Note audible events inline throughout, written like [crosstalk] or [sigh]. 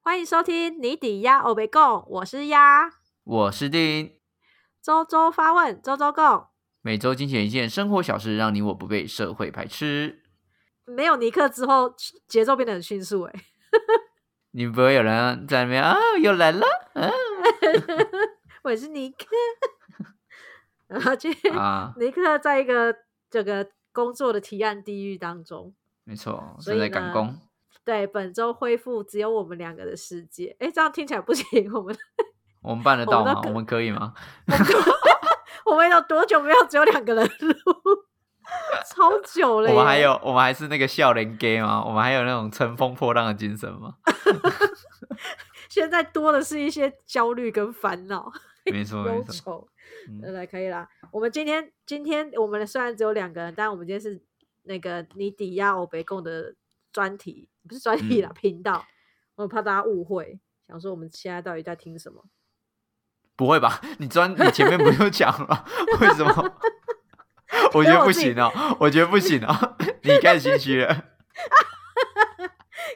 欢迎收听你抵押欧北共，我是鸭，我是丁。周周发问，周周共，每周精选一件生活小事，让你我不被社会排斥。没有尼克之后节奏变得很迅速哎、你不会有人在那边啊，又来 [laughs] 了我也是尼克， [laughs] 然后今天！啊尼克在一个这个工作的提案地狱当中，没错，所正以在呢赶工。对本周恢复只有我们两个的世界，哎，这样听起来不行，我们我们办得到我们吗都？我们可以吗？我们有多久没有只有两个人录？ [laughs] 超久了我耶，们还有，我们还是那个笑脸 gay 吗？我们还有那种乘风破浪的精神 [laughs] 吗？现在多的是一些焦虑跟烦恼、没错，没忧错。愁。哦嗯对对，可以啦。我们今天今天我们虽然只有两个人，但我们今天是那个你抵押欧北贡的专题，不是专题啦，嗯频道。我怕大家误会，想说我们现在到底在听什么？不会吧？你专你前面不用讲了？ [laughs] 为什么？ [laughs] 我觉得不行哦、我觉得不行哦、 [laughs] 你太心虚了。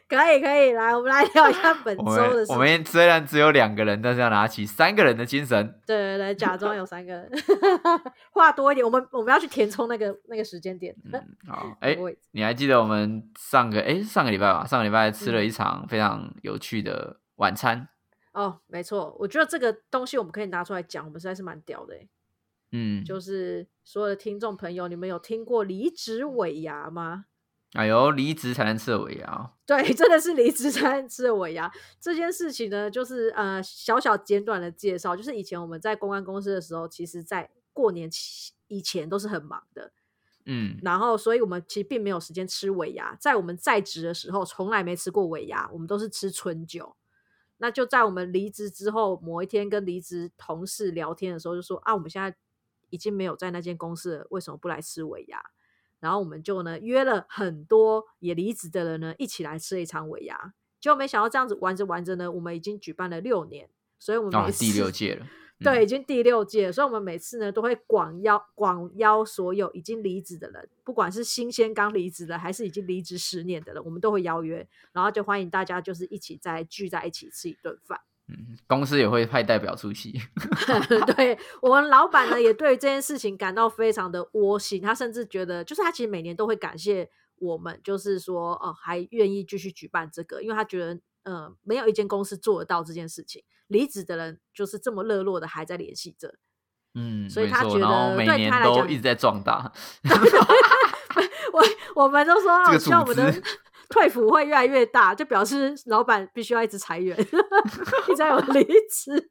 可以可以，来，我们来聊一 [laughs] 下本我周们的事我情。们虽然只有两个人，但是要拿起三个人的精神。对对对，假装有三个人， [laughs] 话多一点。我们我们要去填充那个那个时间点。嗯，好，哎、我你还记得我们上个哎、上个礼拜吧？上个礼拜嗯吃了一场非常有趣的晚餐。 [laughs] 哦，没错，我觉得这个东西我们可以拿出来讲，我们实在是蛮屌的欸、嗯，就是所有的听众朋友，你们有听过离职尾牙吗？哎呦，离职才能吃的尾牙哦。对，真的是离职才吃的尾牙这件事情呢，就是呃小小简短的介绍，就是以前我们在公关公司的时候，其实在过年期以前都是很忙的，嗯，然后所以我们其实并没有时间吃尾牙，在我们在职的时候从来没吃过尾牙，我们都是吃春酒。那就在我们离职之后，某一天跟离职同事聊天的时候，就说啊，我们现在已经没有在那间公司了，为什么不来吃尾牙？然后我们就呢约了很多也离职的人呢一起来吃了一场尾牙，结果没想到这样子玩着玩着呢，我们已经举办了六年，所以我们哦每，第次六届了。嗯对，已经第六届，所以我们每次呢都会广邀广邀所有已经离职的人，不管是新鲜刚离职的，还是已经离职十年的人，我们都会邀约，然后就欢迎大家就是一起再聚在一起吃一顿饭。 [laughs] 嗯，公司也会派代表出席。对我们老板呢，也对于这件事情感到非常的窝心，他甚至觉得，就是他其实每年都会感谢我们，就是说，哦、还愿意继续举办这个，因为他觉得，呃，没有一间公司做得到这件事情，离职的人就是这么热络的还在联系着。嗯，所以他没觉错，得然后每对年他来都讲一直在壮大。我我们都说，这哦个希望我组 [laughs] 们的织退服会越来越大，就表示老板必须要一直裁员， [laughs] 一直要有离职。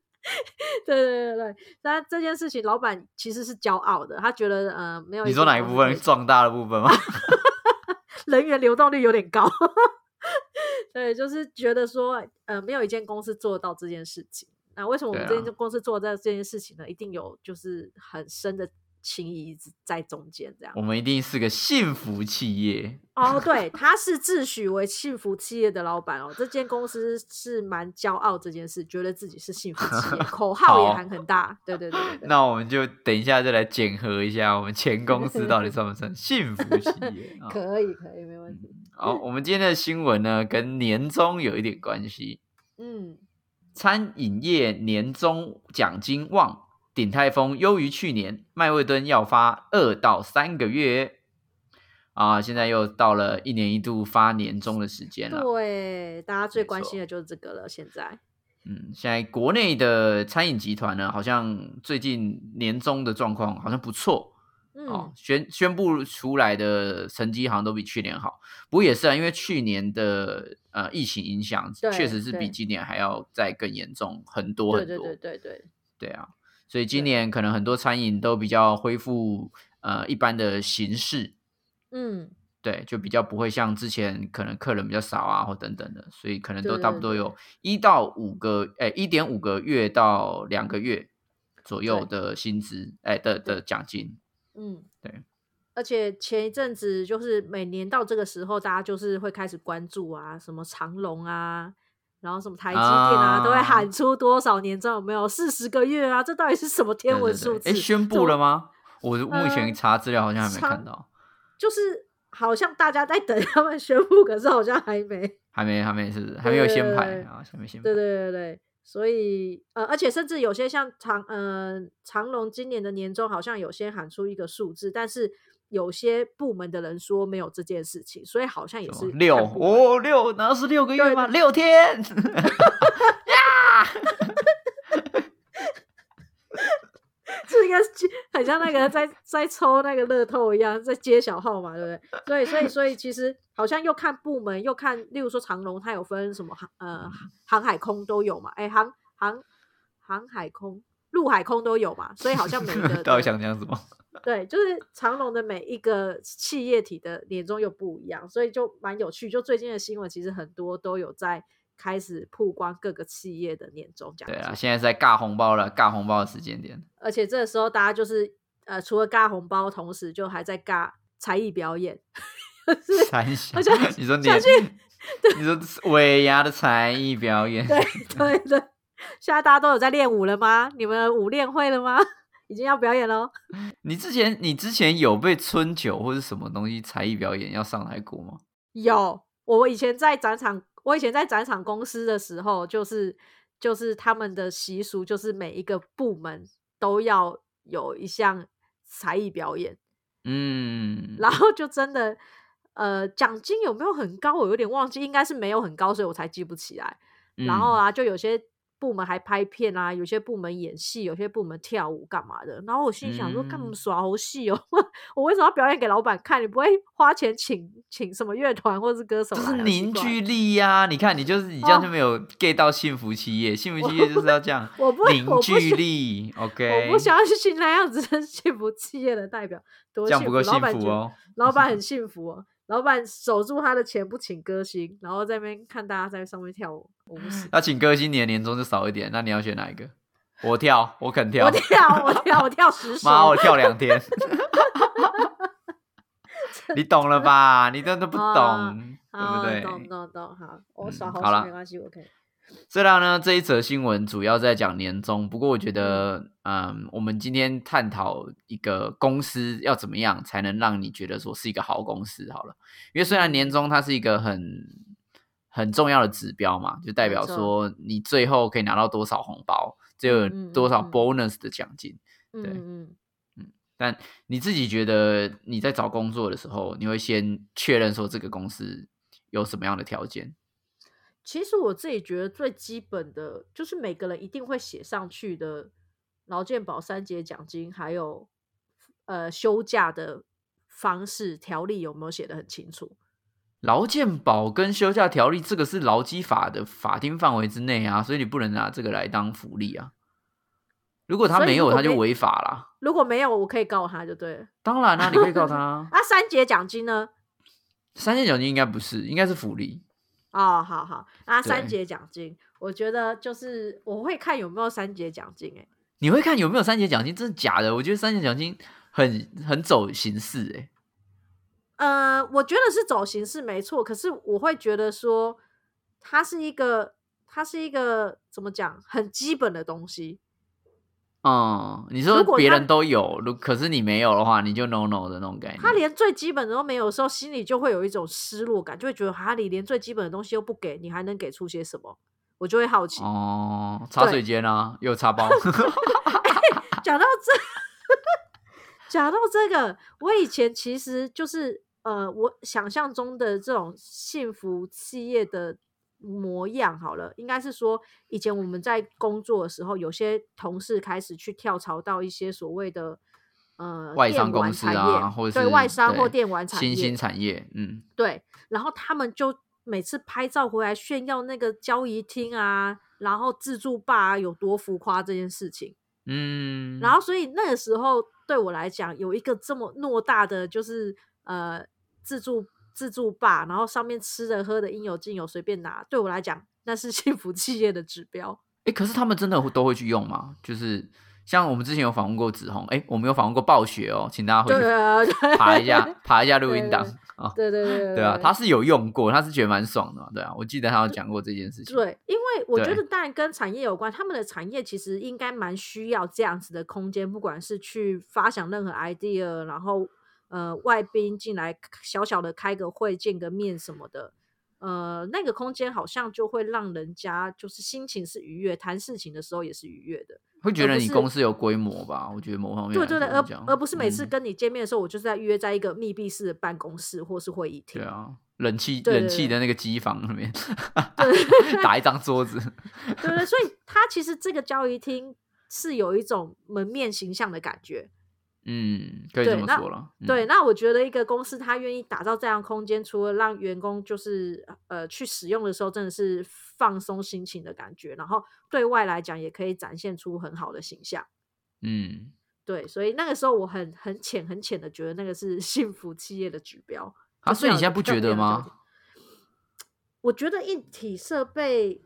对对对对，那这件事情，老板其实是骄傲的，他觉得呃没有你间说哪一公部司可分以壮大的部分吗？ [laughs] [laughs] 人员流动率有点高。 [laughs] 对，就是觉得说，呃，没有一间公司做得到这件事情。那为什么我们对这啊间公司做得到这件事情呢？一定有就是很深的情谊在中间，这样我。们一定是个幸福企业。哦，对，他是自诩为幸福企业的老板哦，这间公司是蛮骄傲这件事，觉得自己是幸福 [laughs] 企业，口号也好喊很大。对对对对对。那我们就等一下再来检核一下，我们前公司到底算不算幸福企业啊？ [laughs] 可以，可以，没问题。好，我们今天的新闻呢，跟年终有一点关系。嗯，餐饮业年终奖金旺，鼎泰丰优于去年，麦味登要发二到三个月。啊，现在又到了一年一度发年终的时间了。对，大家最没关错心的就是这个了。现在，嗯，现在国内的餐饮集团呢，好像最近年终的状况好像不错。嗯，哦，宣宣布出来的成绩好像都比去年好，不过也是啊，因为去年的呃疫情影响，对确实是对比今年还要再更严重很多对很多，对对对对，对啊，所以今对年可能很多餐饮都比较恢复呃一般的形式，嗯，对，就比较不会像之前可能客人比较少啊或等等的，所以可能对都对差不多有一到五个，哎，一点五个月到两个月左右的薪资，哎的的奖金，嗯，对。而且前一阵子就是每年到这个时候，大家就是会开始关注啊，什么长隆啊，然后什么台积电啊，都会啊喊出多少年终有没有四十个月啊？这到底是什么天对文对数对字？诶宣 [laughs] 这布我了吗？我目呃前查资料好像还没查看到。就是好像大家在等他们宣布，可是好像还没。还没还没是不是还没有先排啊，还没先排。对对对对，所以呃，而且甚至有些像长呃长隆今年的年终，好像有些喊出一个数字，但是有些部门的人说没有这件事情，所以好像也什是么六看部门哦，六难道是六个月吗？对六天这应该是揭很像那个在在抽那个乐透一样，在揭晓号码，对不对？对，所以所以其实好像又看部门，又看，例如说长龙，它有分什么航嗯呃航海空都有嘛，哎航航航海空、陆海空都有嘛，所以好像每 [laughs] 一个到底的想讲什么？对，就是长隆的每一个企业体的年终又不一样，所以就蛮有趣。就最近的新闻，其实很多都有在开始曝光各个企业的年终奖对金。啊，现在是在尬红包了，尬红包的时间点。而且这个时候大家就是呃，除了尬红包，同时就还在尬才艺表演， [laughs] 三小我就， [laughs] 你说你下去，你说尾牙的才艺表演，对对嗯对。现在大家都有在练舞了吗？你们舞练会了吗？ [laughs] 已经要表演哦喽。你之前你之前有被春酒或者什么东西才艺表演要上台过吗？有，我以前在展场，我以前在展场公司的时候，就是就是他们的习俗，就是每一个部门都要有一项才艺表演，嗯，然后就真的，呃，奖金有没有很高，我有点忘记，应该是没有很高，所以我才记不起来。嗯然后啊，就有些部门还拍片啊，有些部门演戏，有些部门跳舞干嘛的。然后我心里想说，干嘛嗯耍猴戏哦？ [laughs] 我为什么要表演给老板看？你不会花钱请请什么乐团或是歌手就来啊？是奇凝怪聚力呀、你看，你就是你这样哦就没有 get 到幸福企业，幸福企业就是要这样 [laughs] 我不凝我不聚想力。OK， [laughs] 我不相信那样子是 [laughs] 幸福企业的代表，多这样幸福！不够幸老板福觉得哦。。老板很幸福哦，老板守住他的钱不请歌星，然后在那边看大家在上面跳舞，我不行那请歌星，你的年终就少一点，那你要选哪一个？我跳，我肯 [laughs] 跳我，跳，我跳，我跳十 [laughs] 首。妈，我跳两 [laughs] 天。 [laughs] 你懂了吧？你真的不懂，啊对不啊对？懂懂懂，好，我嗯耍猴好戏啦没关系，我可以。虽然呢，这一则新闻主要在讲年终，不过我觉得，嗯，我们今天探讨一个公司要怎么样才能让你觉得说是一个好公司好了，因为虽然嗯年终它是一个很很重要的指标嘛，就代表没错说你最后可以拿到多少红包，最后有嗯嗯多少嗯 bonus 的奖金。嗯对嗯但你自己觉得你在找工作的时候，你会先确认说这个公司有什么样的条件？其实我自己觉得最基本的就是每个人一定会写上去的劳健保三节奖金，还有呃休假的方式条例有没有写的很清楚？劳健保跟休假条例，这个是劳基法的法定范围之内啊，所以你不能拿这个来当福利啊。如果他所以没有，如果他就没违法啦。如果没有，我可以告他就对了。当然啦、你可以告他、 [laughs] 啊。啊，三节奖金呢？三千奖金应该不是，应该是福利。哦，好好，啊，三对节奖金，我觉得就是我会看有没有三节奖金、欸，你会看有没有三节奖金，真的假的？我觉得三节奖金很很走形式欸诶、呃，我觉得是走形式没错，可是我会觉得说，它是一个，它是一个怎么讲，很基本的东西。嗯，你如说果别他人都有，如可是你没有的话，你就 no no 的那种概念。他连最基本的都没有的时候，心里就会有一种失落感，就会觉得哈，你连最基本的东西都不给，你还能给出些什么？我就会好奇。哦，茶对水间啊，又茶 [laughs] 包。讲到这，讲到这 [laughs] 个，我以前其实就是呃，我想象中的这种幸福企业的模样，好了，应该是说以前我们在工作的时候，有些同事开始去跳槽到一些所谓的呃外电商公玩司产啊业或者对是外商或对电玩产业 [laughs] 新兴产业，嗯，对，然后他们就每次拍照回来炫耀那个交易厅啊，然后自助吧、啊、有多浮夸这件事情。嗯，然后，所以那个时候对我来讲，有一个这么偌大的就是呃自助自助吧，然后上面吃的喝的应有尽有，随便拿，对我来讲那是 [laughs] 幸福企业的指标。哎、可是他们真的会都会去用吗？就是像我们之前有访问过子红，哎、我们有访问过暴雪哦，请大家回对去啊对爬一下，爬一下录对音对档啊。对对对对啊，他是有用过，他是觉得蛮爽的嘛，对啊，我记得他有讲过这件事情。对，因为我觉对得当然跟产业有关，他们的产业其实应该蛮需要这样子的空间，不管是去发想任何 idea，然后呃外宾进来小小的开个会、见个面什么的，呃，那个空间好像就会让人家就是心情是愉悦，谈事情的时候也是愉悦的。会觉而得不你是公司有规模吧？我觉得某方面对来对说对，啊是而这样而不是每次嗯跟你见面的时候，我就是在约在一个密闭式的办公室或是会议厅。对啊，冷气对对冷气对的那个机房那边对 [laughs] 打一张桌子，对对，所以它其实这个交易厅是有一种门面形象的感觉。嗯，可以对这么那说了，嗯对，那我觉得一个公司它愿意打造这样的空间，除了让员工就是呃去使用的时候真的是放松心情的感觉，然后对外来讲也可以展现出很好的形象。嗯，对，所以那个时候我很很浅很浅的觉得那个是 [laughs] 幸福企业的指标。啊，就是所以你要有现在一不个觉正得面的交吗集？？我觉得硬体设备，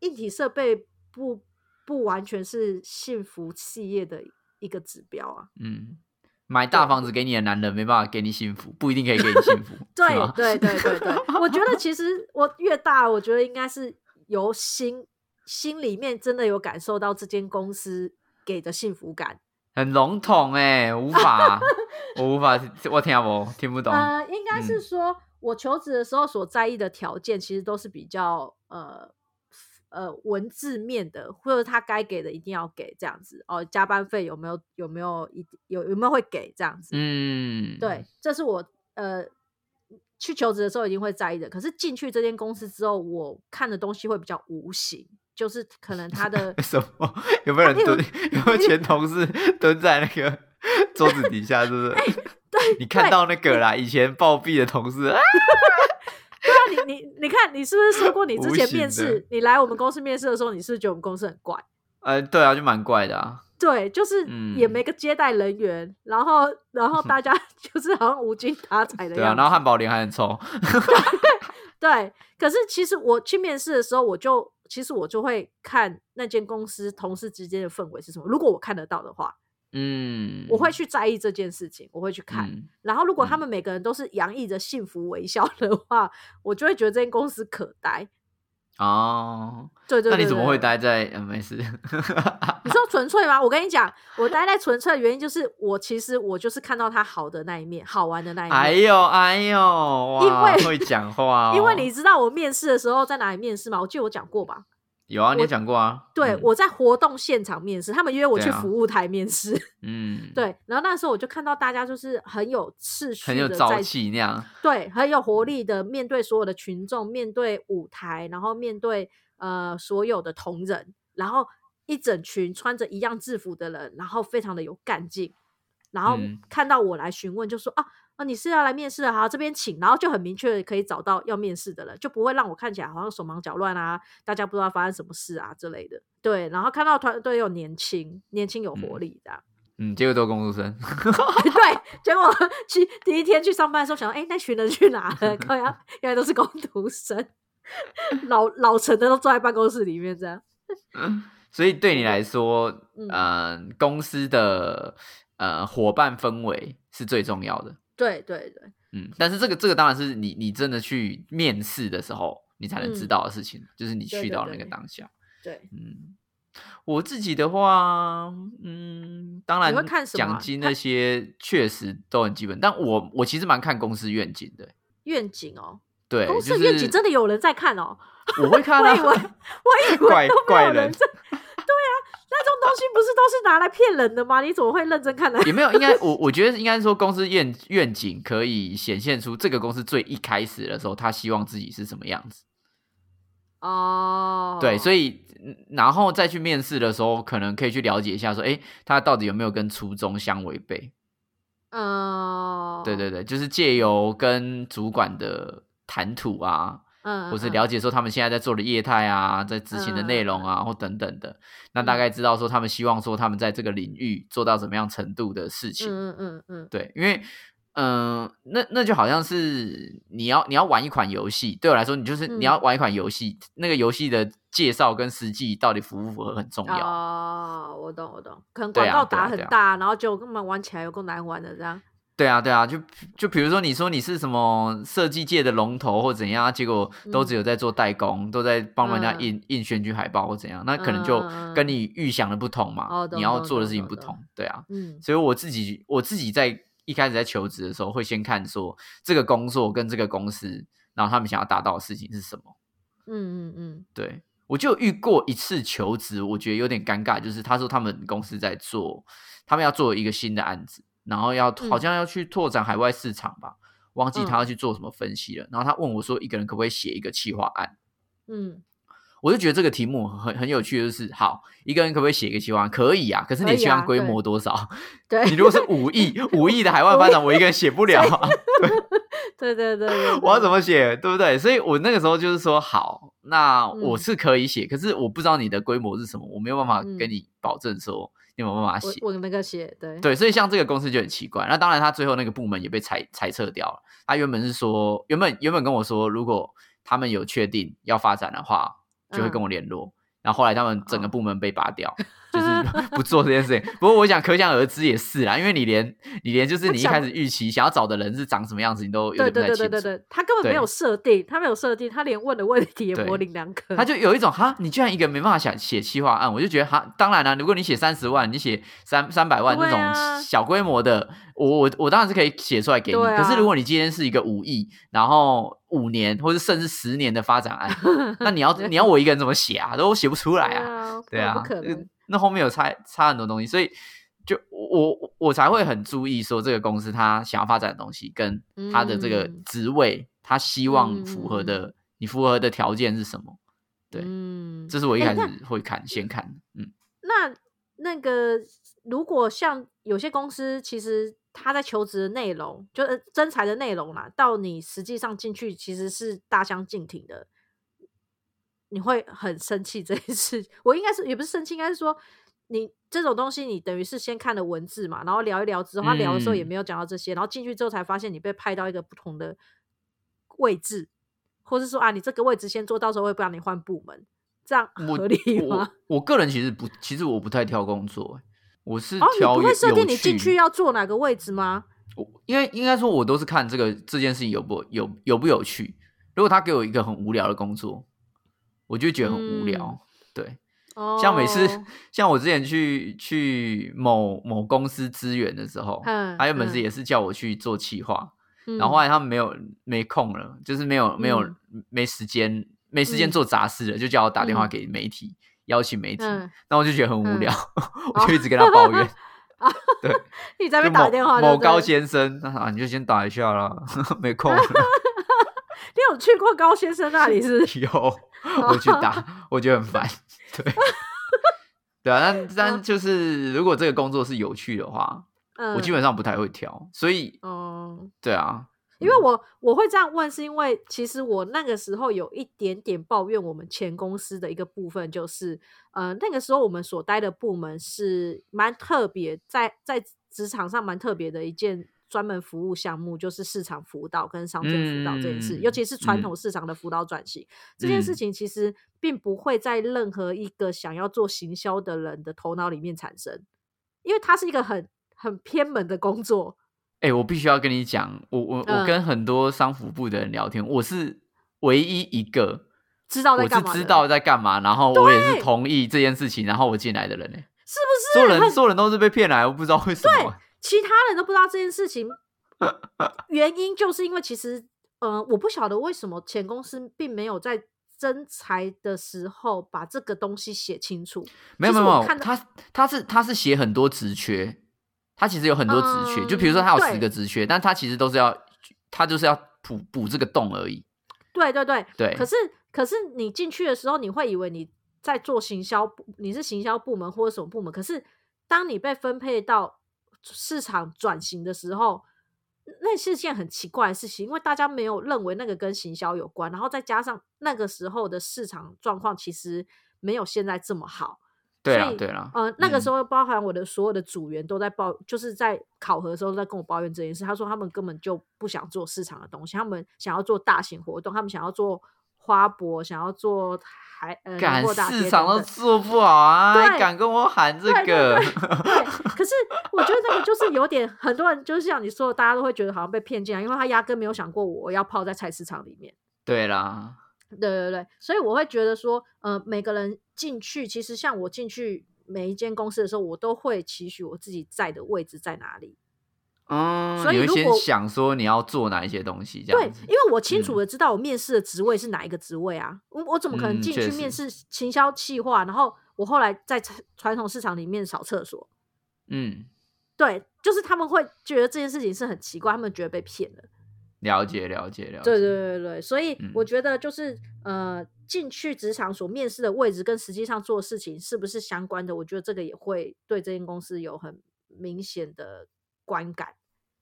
硬体设备不不完全是幸福企业的一个指标啊。嗯，买大房子给你的男人没办法给你幸福，不一定可以给你幸福， [laughs] 对是吗？对对对对，我觉得其 [laughs] 实我越大，我觉得应该是由心心里面真的有感受到这间公司给的幸福感。很笼统哎、无 [laughs] 法，我无法，我听不听不懂，呃，应该是嗯说、我求职的时候所在意的条件，其实都是比较呃呃文字面的，或者他该给的一定要给这样子哦，加班费有没有有没有一有有没有会给这样子？嗯，对，，这是我呃去求职的时候一定会在意的。可是进去这间公司之后，我看的东西会比较无形，就是可能 [laughs] 他的为什么？有没有人 [laughs] 哎呦蹲？有没有前同事蹲在那 [laughs] 个桌子底下？是不是？你看哎对到那个啦，以前暴毙的同事啊，对啊，你你你看，你是不是说过你之无前形面的试，你来我们公司面试的时候，你是不是觉得我们公司很怪？呃，对啊，就蛮怪的啊。对，就是也嗯没个接待人员，然后然后 [laughs] 大家 [laughs] 就是好像无精打采的对啊，样子。然后汉堡脸还很臭，对，可是其实我去面试的时候，我就其实我就会看那间公司同事之间的氛围是什么。如果我看得到的话，嗯，我会去在意这件事情，我会去看。嗯然后如果他嗯们每个人都是洋溢着幸福微笑的话， [laughs] 我就会觉得这间公司可待。哦，对对对那你怎么会对待在？呃没事，你说纯粹吗？我跟你讲，我待在纯粹的原因就是，我其实我就是看到他好的那一面，好玩的那一面。哎呦哎呦，哇，因 [laughs] 会为讲话哦，因为你知道我面试的时候在哪里面试吗？我记得我讲过吧？有啊，你有讲过啊，对，嗯我在活动现场面试，他们约我对去啊服务台面试。嗯，，对，然后那时候我就看到大家就是很有秩序很的有在，朝气那样，对，很有活力的面对所有的群众，面对舞台，然后面对呃所有的同仁，然后一整群穿着一样制服的人，然后非常的有干劲，然后嗯看到我来询问，就说、啊啊你是要来面试的，好这边请，然后就很明确的可以找到要面试的人，就不会让我看起来好像手忙脚乱啊，大家不知道发生什么事啊之类的。对，然后看到团队又年轻，年轻有活嗯力这样。嗯，结果都公主生， [laughs] 对，结果去第一天去上班的时候，想说，哎、那群人去哪了？靠呀， [laughs] 原来都是工读生，老老成的都坐在办公室里面这样。所以对你来说，嗯嗯、公司的呃伙伴氛围是最重要的。对对对，嗯，但是这个这个当然是你你真的去面试的时候，你才能知嗯道的事情，就是你对去对到那个对当下。对，嗯，我自己的话，嗯，当然你会看什么啊奖金那些确实都很基本，但我我其实蛮看公司愿景的。愿景哦，对，公就司愿景是真的有人在看哦，我会看我啊，以为我以怪为都没怪有人人在。对啊，那种东西不是都是拿来骗人的吗？你怎么会认真看呢？ [laughs] 也没有，应该我我觉得应该说公司愿愿景可以显现出这个公司最一开始的时候，他希望自己是什么样子。哦， [laughs] 对，所以以嗯然后再去面试的时候，可能可以去了解一下说，诶，他到底有没有跟初衷相违背？呃，对对对，就是借由跟主管的谈吐啊，嗯，嗯，或是嗯了解说他们现在在做的业态啊，在执行的内容啊，或等等的，那嗯大概知道说他们希望说他们在这个领域做到怎么样程度的事情。嗯嗯嗯嗯，对，因为嗯、呃那那就好像是你要你要玩一款游戏，对我来说，你就是嗯你要玩一款游戏，那个游戏的介绍跟实际到底符不符合很重要。哦，我懂我懂，可能对啊广告对啊打很对啊大，然后结果根本玩起来有够难玩的这样。对啊，对啊，就就比如说你说你是什么设计界的龙头或怎样，结果都嗯只有在做代工，都在帮人家嗯印、印选举海报或怎样，那可能就嗯嗯嗯跟你预想的不同嘛，哦懂你要懂做的懂事情懂不懂同。对啊，嗯所以我自己我自己在一开始在求职的时候，会先看说这个工作跟这个公司，然后他们想要达到的事情是什么。嗯嗯嗯，对我就遇过一次求职，我觉得有点尴尬，就是他说他们公司在做，他们要做一个新的案子，然后要嗯好像要去拓展海外市场吧，忘记他嗯要去做什么分析了。然后他问我说，一个人可不可以写一个企划案？嗯，我就觉得这个题目很很有趣，就是好，一个人可不可以写一个企划案？可以啊，可是你可的以企划啊案规对模多少？ [laughs] 对，你如果是五亿，五亿的海外发展，我一个人写不了、啊， [laughs] 对对对对， [laughs] 我要怎么？么写，对不对？所以我那个时候就是说，好，那我嗯是可以写，可是我不知道你的规模是什么，我没有办法嗯跟你保证说你有没有办法写。我我那个写对，对，所以像这个公司就很奇怪。那当然，他最后那个部门也被裁裁撤掉了。他原本是说，原本原本跟我说，如果他们有确定要发展的话，就会跟嗯我联络。然后后来他们整个哦部门被拔 [laughs] 掉，就是 [laughs] 不做这件事情。不过我想可想而知也是啦，因为你连你连就是他你一想开不始预期想要找的人是长什么样子，你都有点对不对太对清对对楚。对，他根本没对有设定，他没有设定，他连问的问题也对模棱两可。他就有一种哈，你居然一个没办法想写企划案，我就觉得哈，当然啦、如果你写三十万，你写三三百万对那啊种小规模的，我我我当然是可以写出来给你。对啊可是如果你今天是一个五亿，然后五年或者甚至十年的发展案，那 [laughs] 你要你要我一个人怎么写啊？都我写不出来啊。对对啊，啊，根本不可呃能。那后面有差差很多东西，所以就我我我才会很注意说这个公司它想要发展的东西，跟它呃的这个嗯职位，它希望符合的、你符合的条件是什么？对嗯，这是我一开哎那始会看，先看的，嗯，那那个如果像有些公司，其实他在求职的内容，就是征才的内容啦，到你实际上进去其实是大相径庭的，你会很生气这件事。我应该是也不是生气，应该是说你这种东西，你等于是先看了文字嘛，然后聊一聊之后，他聊的时候也嗯没有讲到这些，然后进去之后才发现你被派到一个不同的位置，或是说啊，你这个位置先做，到时候会不让你换部门。这样我合理吗？我我个人其实不，其实我不太挑工作、欸我是哦，你挑不有、会设有定你进趣去要坐哪个位置吗？我因为应该说，我都是看这个这件事情有不有有不有趣。如果他给我一个很无聊的工作，我就觉得很无聊。嗯对，哦，像每次、像我之前去去某某公司支援的时候，嗯他原本是嗯也是叫我去做企划，嗯，然后后来他们没有没空了，就是没有没有、嗯没时间没时间嗯做杂事了，就叫我打电话嗯给媒体、邀请媒体，嗯那我就觉得很无嗯哦聊， [laughs] 我就一直跟他抱怨。 [laughs] 你在那就边打某电话，对某不高对先生，那啊，你就先打一下啦， [laughs] 没空 [laughs] 了你有去过高先生那里是不是？有，哦我去打，我觉得很烦， [laughs] 对，对啊，但但就是如果这个工作是有趣的话，[laughs] 嗯，我基本上不太会挑，所以哦，对啊，因为我我会这样问，是因为其实我那个时候有一点点抱怨我们前公司的一个部分，就是呃那个时候我们所待的部门是蛮特别，在在职场上蛮特别的一件专门服务项目，就是市场辅导跟商政辅导这件事，尤其是传嗯统市场的辅导转型、这件事嗯情，其实并不会在任何一个想要做行销的人的头脑里面产生，因为它是一个很很偏门的工作。哎、我必须要跟你讲，我我我嗯跟很多商服部的人聊天，我是唯一一个知道在我干是嘛的人？知道在干嘛，然后我也是同意这件事情，然后我进来的人呢、欸是不是？所有人所有人都是被骗来，我不知道为什么。其他人都不知道这件事情，原因就是因为其实，呃，我不晓得为什么前公司并没有在征才的时候把这个东西写清楚。没有其没有实我没有，看到他他是他是写很多职缺，他其实有很多职缺，就比如说嗯他有对十个职缺，但他其实都是要他就是要补补这个洞而已。对对对，对，可是可是你进去的时候，你会以为你在做行销部，你是行销部门或者什么部门，可是当你被分配到市场转型的时候。那是件很奇怪的事情，因为大家没有认为那个跟行销有关，然后再加上那个时候的市场状况其实没有现在这么好，对所啦以对啦，呃，那个嗯时候包含我的所有的组员都在抱，就是在考核的时候都在跟我抱怨这件事。他说他们根本就不想做市场的东西，他们想要做大型活动，他们想要做花博，想要做海呃敢货大市街场等都等做不好啊，对还敢跟我喊这对个？对，可是我觉得这个就是有点，很多人就是像你说的，大家都会觉得好像被骗进来，因为他压根没有想过我要泡在菜市场里面。 [laughs] 对啦，对对对，所以我会觉得说，呃，每个人进去，其实像我进去每一间公司的时候，我都会期许我自己在的位置在哪里。哦，所以你会如先果想说你要做哪一些东西，这对样子，因为我清嗯楚的知道我面试的职位是哪一个职位啊，我我怎么可能嗯进确去实面试行销企划，然后我后来在传传统市场里面扫厕所？嗯，对，就是他们会觉得这件事情是很奇怪，他们觉得被骗了。了解了解了解，对对对对，所以嗯我觉得就是、呃，进去职场所面试的位置跟实际上做的事情是不是相关的，我觉得这个也会对这间公司有很明显的观感。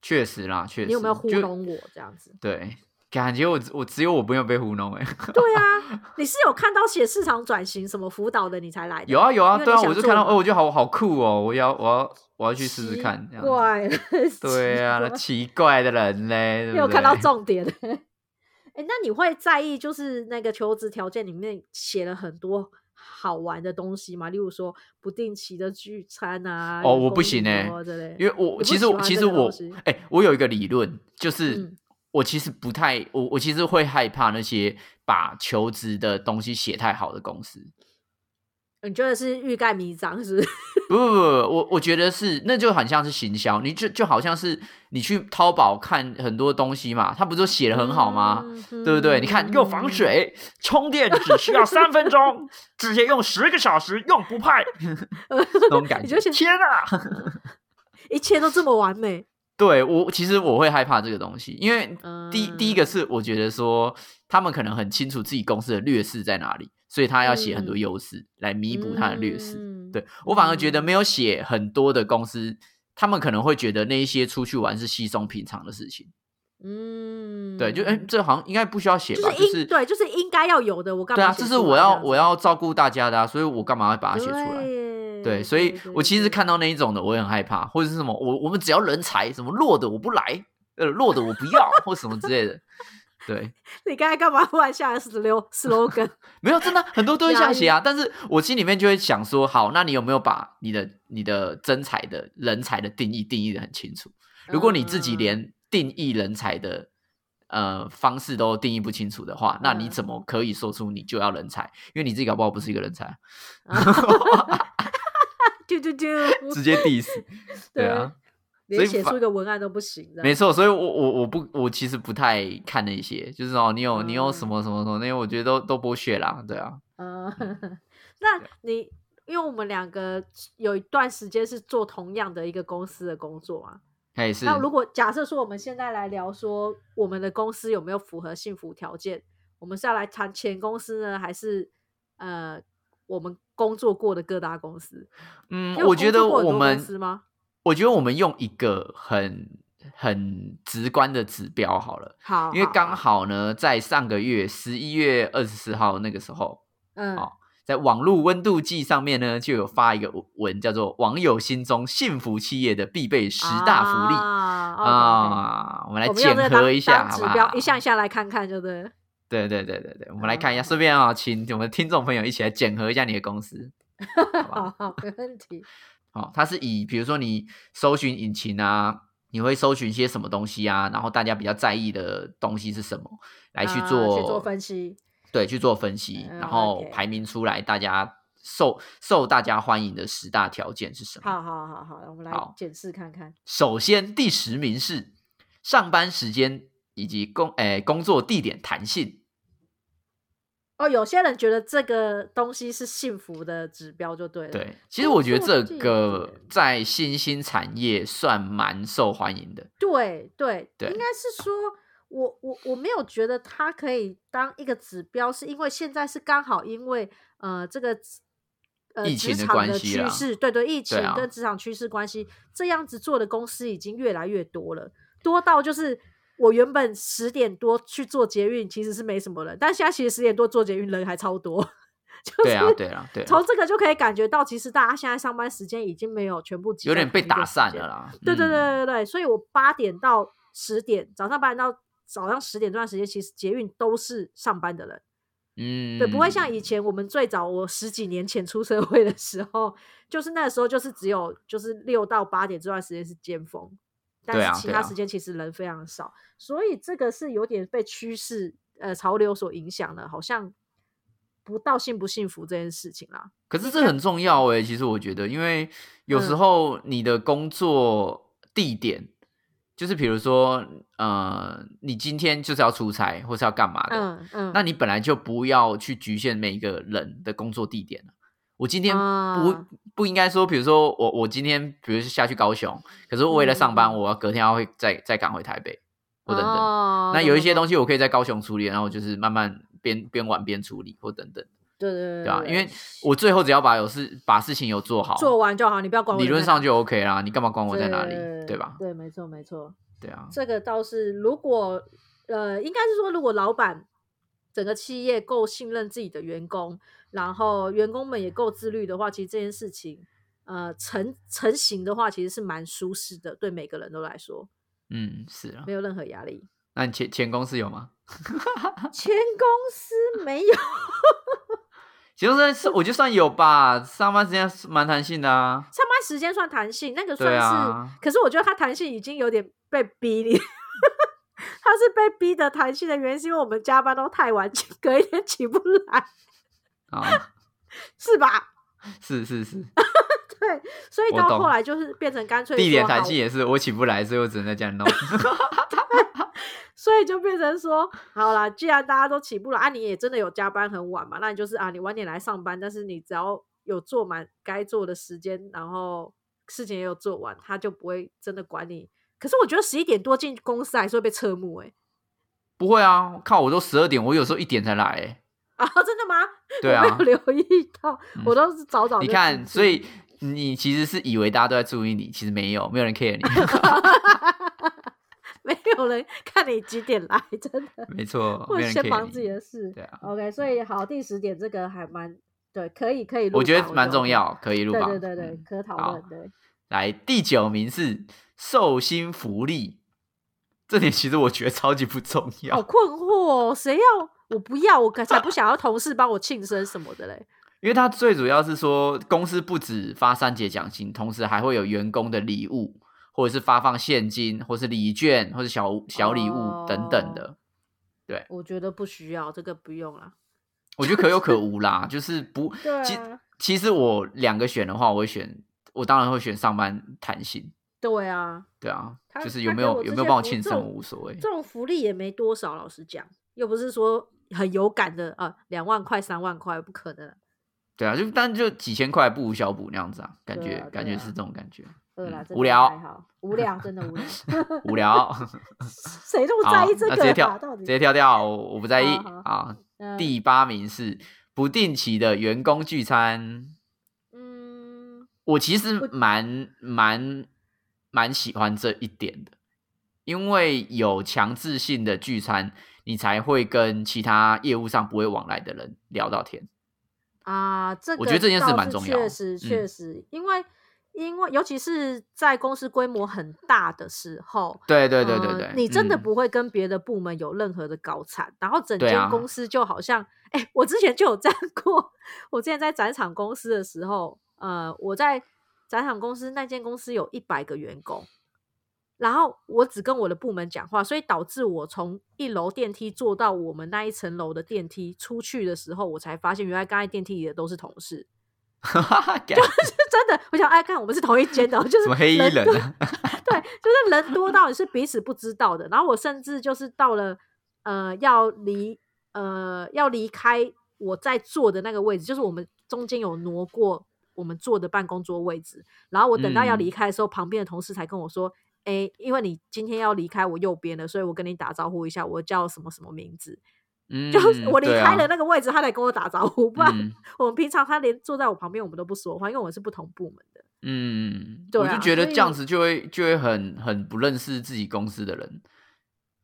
确实啦，确实，你有没有糊就弄我这样子？ [laughs] 对，感觉我我只有我没有被糊弄哎、对啊，你是有看到写市场转型什么辅导的，你才来的。 [laughs] 有啊有啊，因为对啊，你想我就看到，做哦，我觉得好好酷哦，我要我要我要去试试看，这奇样子。怪 [laughs] 了，对啊，那奇奇怪的人嘞，对不怪没有看到对 [laughs] 重点。哎、那你会在意就是那个求职条件里面写了很多好玩的东西吗？例如说不定期的聚餐啊，哦员我不工行旅欸游啊之类的因为我不其实喜我欢其这实个东我西哎、我有一个理论，就是、嗯我其实不太我我其实会害怕那些把求职的东西写太好的公司。你觉得是欲盖弥彰是不是？不不不，我我觉得是，那就很像是行销，你就就好像是你去淘宝看很多东西嘛，它不是都写的很好 [laughs] 吗？嗯对不对？你看，又防，水，充电只需要三分钟，直接用十个小时用不派，那种感嗯 [laughs] 你觉就。想天啊！一切都这么完美。对我其实我会害怕这个东西，因为第、第一个嗯是我觉得说他们可能很清楚自己公司的劣势在哪里，所以他要写很多嗯优势、来弥补他的劣势。嗯对我反而觉得嗯没有写很多的公司，他们可能会觉得那一些出去玩是稀松平常的事情。嗯，对，就哎、这好像应该不需要写就吧？是就应、是对，就是应该要有的。我干对嘛啊，写这出来样子？是我要我要照顾大家的啊，所以我干嘛要把它写出来？对对，所以我其实看到那一种的，我也很害怕，或者是什么，我我们只要人才，什么弱的我不来，呃，弱的我不要，或什么之类的。对， [laughs] 你刚才干嘛突然下了十六 slogan？没有，真的很多都会这样压写啊。但是我心里面就会想说，好，那你有没有把你的你的真才的人才的定义定义的很清楚？ [laughs] 如果你自己嗯 [laughs] 连定义人才的呃方式都定义不清楚的话，那你嗯怎么可以说出你就要人才？因为你自己搞不好不是一个人才，丢丢 [laughs] 丢，直接 diss。对啊，连所以写反出一个文案都不行的。没错，所以我我我不我其实不太看那些，就是哦，你有你有什嗯么什么什么那些，我觉得都都剥削啦，对啊，嗯， [laughs] 那你因为我们两个有一段时间是做同样的一个公司的工作啊，那也是，那如果假设说我们现在来聊说我们的公司有没有符合幸福条件，我们是要来谈前公司呢，还是呃我们工作过的各大公司？嗯因为，我觉工作得过很我多们公司吗？我觉得我们用一个很很直观的指标好了，好，因为刚好好呢，在上个月十一月二十四号那个时候，嗯好在网络温度计上面呢，就有发一个文，叫做“网友心中幸福企业的必备十大福利”啊，OK，OK，啊，我们来我们检用这个核当一下，当好指不标好？一项一项来看看，就对了。对对对对对，我们来看一下，啊顺便啊、请我们听众朋友一起来检核一下你的公司。好不好好好，没问题。哦，它是以比如说你搜寻引擎啊，你会搜寻些什么东西啊，然后大家比较在意的东西是什么，来去啊做、去做分析，对，去做分析，嗯然后 OK 排名出来大家受受大家欢迎的十大条件是什么？好好好好，我们来好检视看看。首先第十名是上班时间以及工诶、工作地点弹性。哦，有些人觉得这个东西是幸福的指标，就对了。对，其实呃工我觉得作这地个点在新兴产业算蛮受欢迎 [laughs] 的。对对，对应该是说，我我我没有觉得它可以当一个指标，是因为现在是刚好因为呃这个呃疫职情的场关的系趋啦势，对对，疫对情啊跟职场趋势关系，这样子做的公司已经越来越多了，多到就是。我原本十点多去做捷运，其实是没什么人，但现在其实十点多做捷运人还超多， [laughs] 就是对啊，对啊，对啊从这个就可以感觉到，其实大家现在上班时间已经没有全部集有在点被同一个打时散间了啦。对对嗯，对对对，所以我八点到十点，早上八点到早上十点这段时间，其实捷运都是上班的人，嗯，对，不会像以前我们最早我十几年前出社会的时候，就是那时候就是只有就是六到八点这段时间是尖峰，但对啊是其对他啊时间其实人非常少，所以这个是有点被趋势呃潮流所影响的，好像不到幸不幸福这件事情啦。可是这很重要欸诶、其实我觉得，因为有时嗯候你的工作地点就是比如说，呃，你今天就是要出差或是要干嘛的，嗯嗯，那你本来就不要去局限每一个人的工作地点了我今天不、啊不应该说，比如说我我今天比如下去高雄，可是为了上班，嗯我要隔天要会再再赶回台北，或等等。哦那懂有一些懂东西我可以在高雄处理，然后我就是慢慢边边玩边处理，或等等，对对对吧、啊因为我最后只要把有事把事情有做好，做完就好，你不要管我理人论在上哪就 OK 啦。你干嘛管我哦在哪里，对对吧？对，没错没错，对啊，这个倒是如果呃，应该是说如果老板整个企业够信任自己的员工，然后员工们也够自律的话，其实这件事情呃成成型的话，其实是蛮舒适的，对每个人都来说嗯，是啊没。有任何 [laughs] 压力。那你前前公司有吗？前公司没有，前公司是我就算有吧，上班时间是蛮弹性的啊。上班时间算弹性，那对个算是，啊可是我觉得它弹性已经有点被逼 [laughs] 你，它是被逼的弹性的原因，是因为我们加班都太晚， [laughs] 起隔一天起不来，啊，是吧？ [laughs] 是是是，对，所以我到懂后来就是变成干脆地点说弹好性也是，我起不来，所以我只能在家弄。所以就变成说，好啦，既然大家都起不来，啊，你也真的有加班很晚嘛，那你就是啊，你晚点来上班，但是你只要有做满该做的时间，然后事情也有做完，他就不会真的管你。可是我觉得十一点多进公司还是会被侧目哎、不会啊，靠，我都十二点，我有时候一点才来、欸。 [laughs] 啊，真的吗？对我啊没，有留意到，嗯我都是早早就你进去。看，所以 [laughs] 你其实是以为大家都在注意你，其实没有，没有人 care [laughs] 你。没有人看你几点来，真的，没错，或哦没者有人先忙 care 自己你。的事。对啊， OK，所以好，第十点这个还蛮对，可以可以录我觉到得蛮重。 OK 要，可以入对榜。对对对嗯，可讨好论对。来，第九名是寿星福利，这点其实我觉得超级不重要好，困惑、哦，谁要我不要，我可才不想要同事帮我庆生什么 [laughs] 的嘞。因为它最主要是说，公司不止发三节奖金，同时还会有员工的礼物，或者是发放现金，或是礼券，或是小小礼物哦等等的。我觉得不需要，这个不用啦。我觉得可有可无啦，就是不。对其啊其实我两个选的话，我会选，我当然会选上班弹性，对啊，对啊他，就是他有没给有我有这没有些帮我福庆这生，种我无所谓这。种福利也没多少，老实讲，又不是说 [laughs] 很有感的啊，两、万块、三万块不可能。对啊，就但就几千块不无小补那样子啊，感对觉、啊对感觉啊是这种感觉，对啦，嗯真的无聊还好，无聊，真的 [laughs] 无聊， [laughs] 无聊。谁那么好，在意这那直个接啊？跳到，底嗯直接跳掉，我我不在意好好啊。那第八名是不定期的员工聚餐，嗯，我其实蛮蛮蛮喜欢这一点的，因为有强制性的聚餐，你才会跟其他业务上不会往来的人聊到天。啊，这个我觉得这件事倒蛮是重要确实嗯确实，因为因为尤其是在公司规模很大的时候，对对对对呃对，你真的嗯不会跟别的部门有任何的搞惨，然后整对间啊公司就好像，哎、我之前就有这 [laughs] 样过，我之前在展场公司的时候，呃，我在展场公司那间公司有一百个员工。然后我只跟我的部门讲话，所以导致我从一楼电梯坐到我们那一层楼的电梯出去的时候，我才发现原来刚才电梯里的都是同事， [laughs] 干什是真的。我想，哎，看我们是同一间的哦，就是么黑衣人人多啊？对，就是人多到你是彼此不知道的。然后我甚至就是到了呃要离呃要离开我在坐的那个位置，就是我们中间有挪过我们坐的办公桌位置。然后我等到要嗯离开的时候，旁边的同事才跟我说。诶，因为你今天要离开我右边了，所以我跟你打招呼一下，我叫什么什么名字？ [laughs] 嗯，就是我离对开啊了那个位置，他才跟我打招呼。不然嗯我们平常他连坐在我旁边，我们都不说话，因为我们是不同部门的。嗯，对我就啊觉得所以这样子就会就会很很不认识自己公司的人。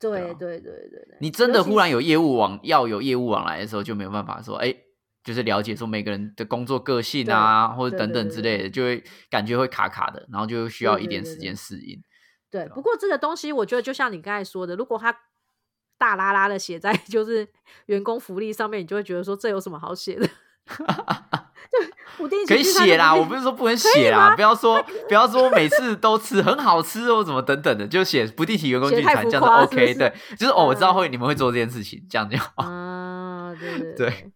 对啊对对对对你真的尤其忽然有业务往要有业务往来的时候，就没有办法说，哎、就是了解说每个人的工作个性啊，或者对对等等对之对类的，就会感觉会卡卡的，然后就需对要对一点对时对间适应。对，吧不过这个东西，我觉得就像你刚才说的，如果他大拉拉的写在 [laughs] 就是员工福利上面，你就会觉得说这有什么好写的？ [laughs] 对，不定可期以聚餐写的啦，福利我不是说不能写啦，不要说不要说每次都吃很好吃哦，怎么等等的，就写不定期员工写聚太餐浮这样子夸 OK，是不是对，就是哦，我知道嗯会你们会做这件事情，这样就好。啊，对对对。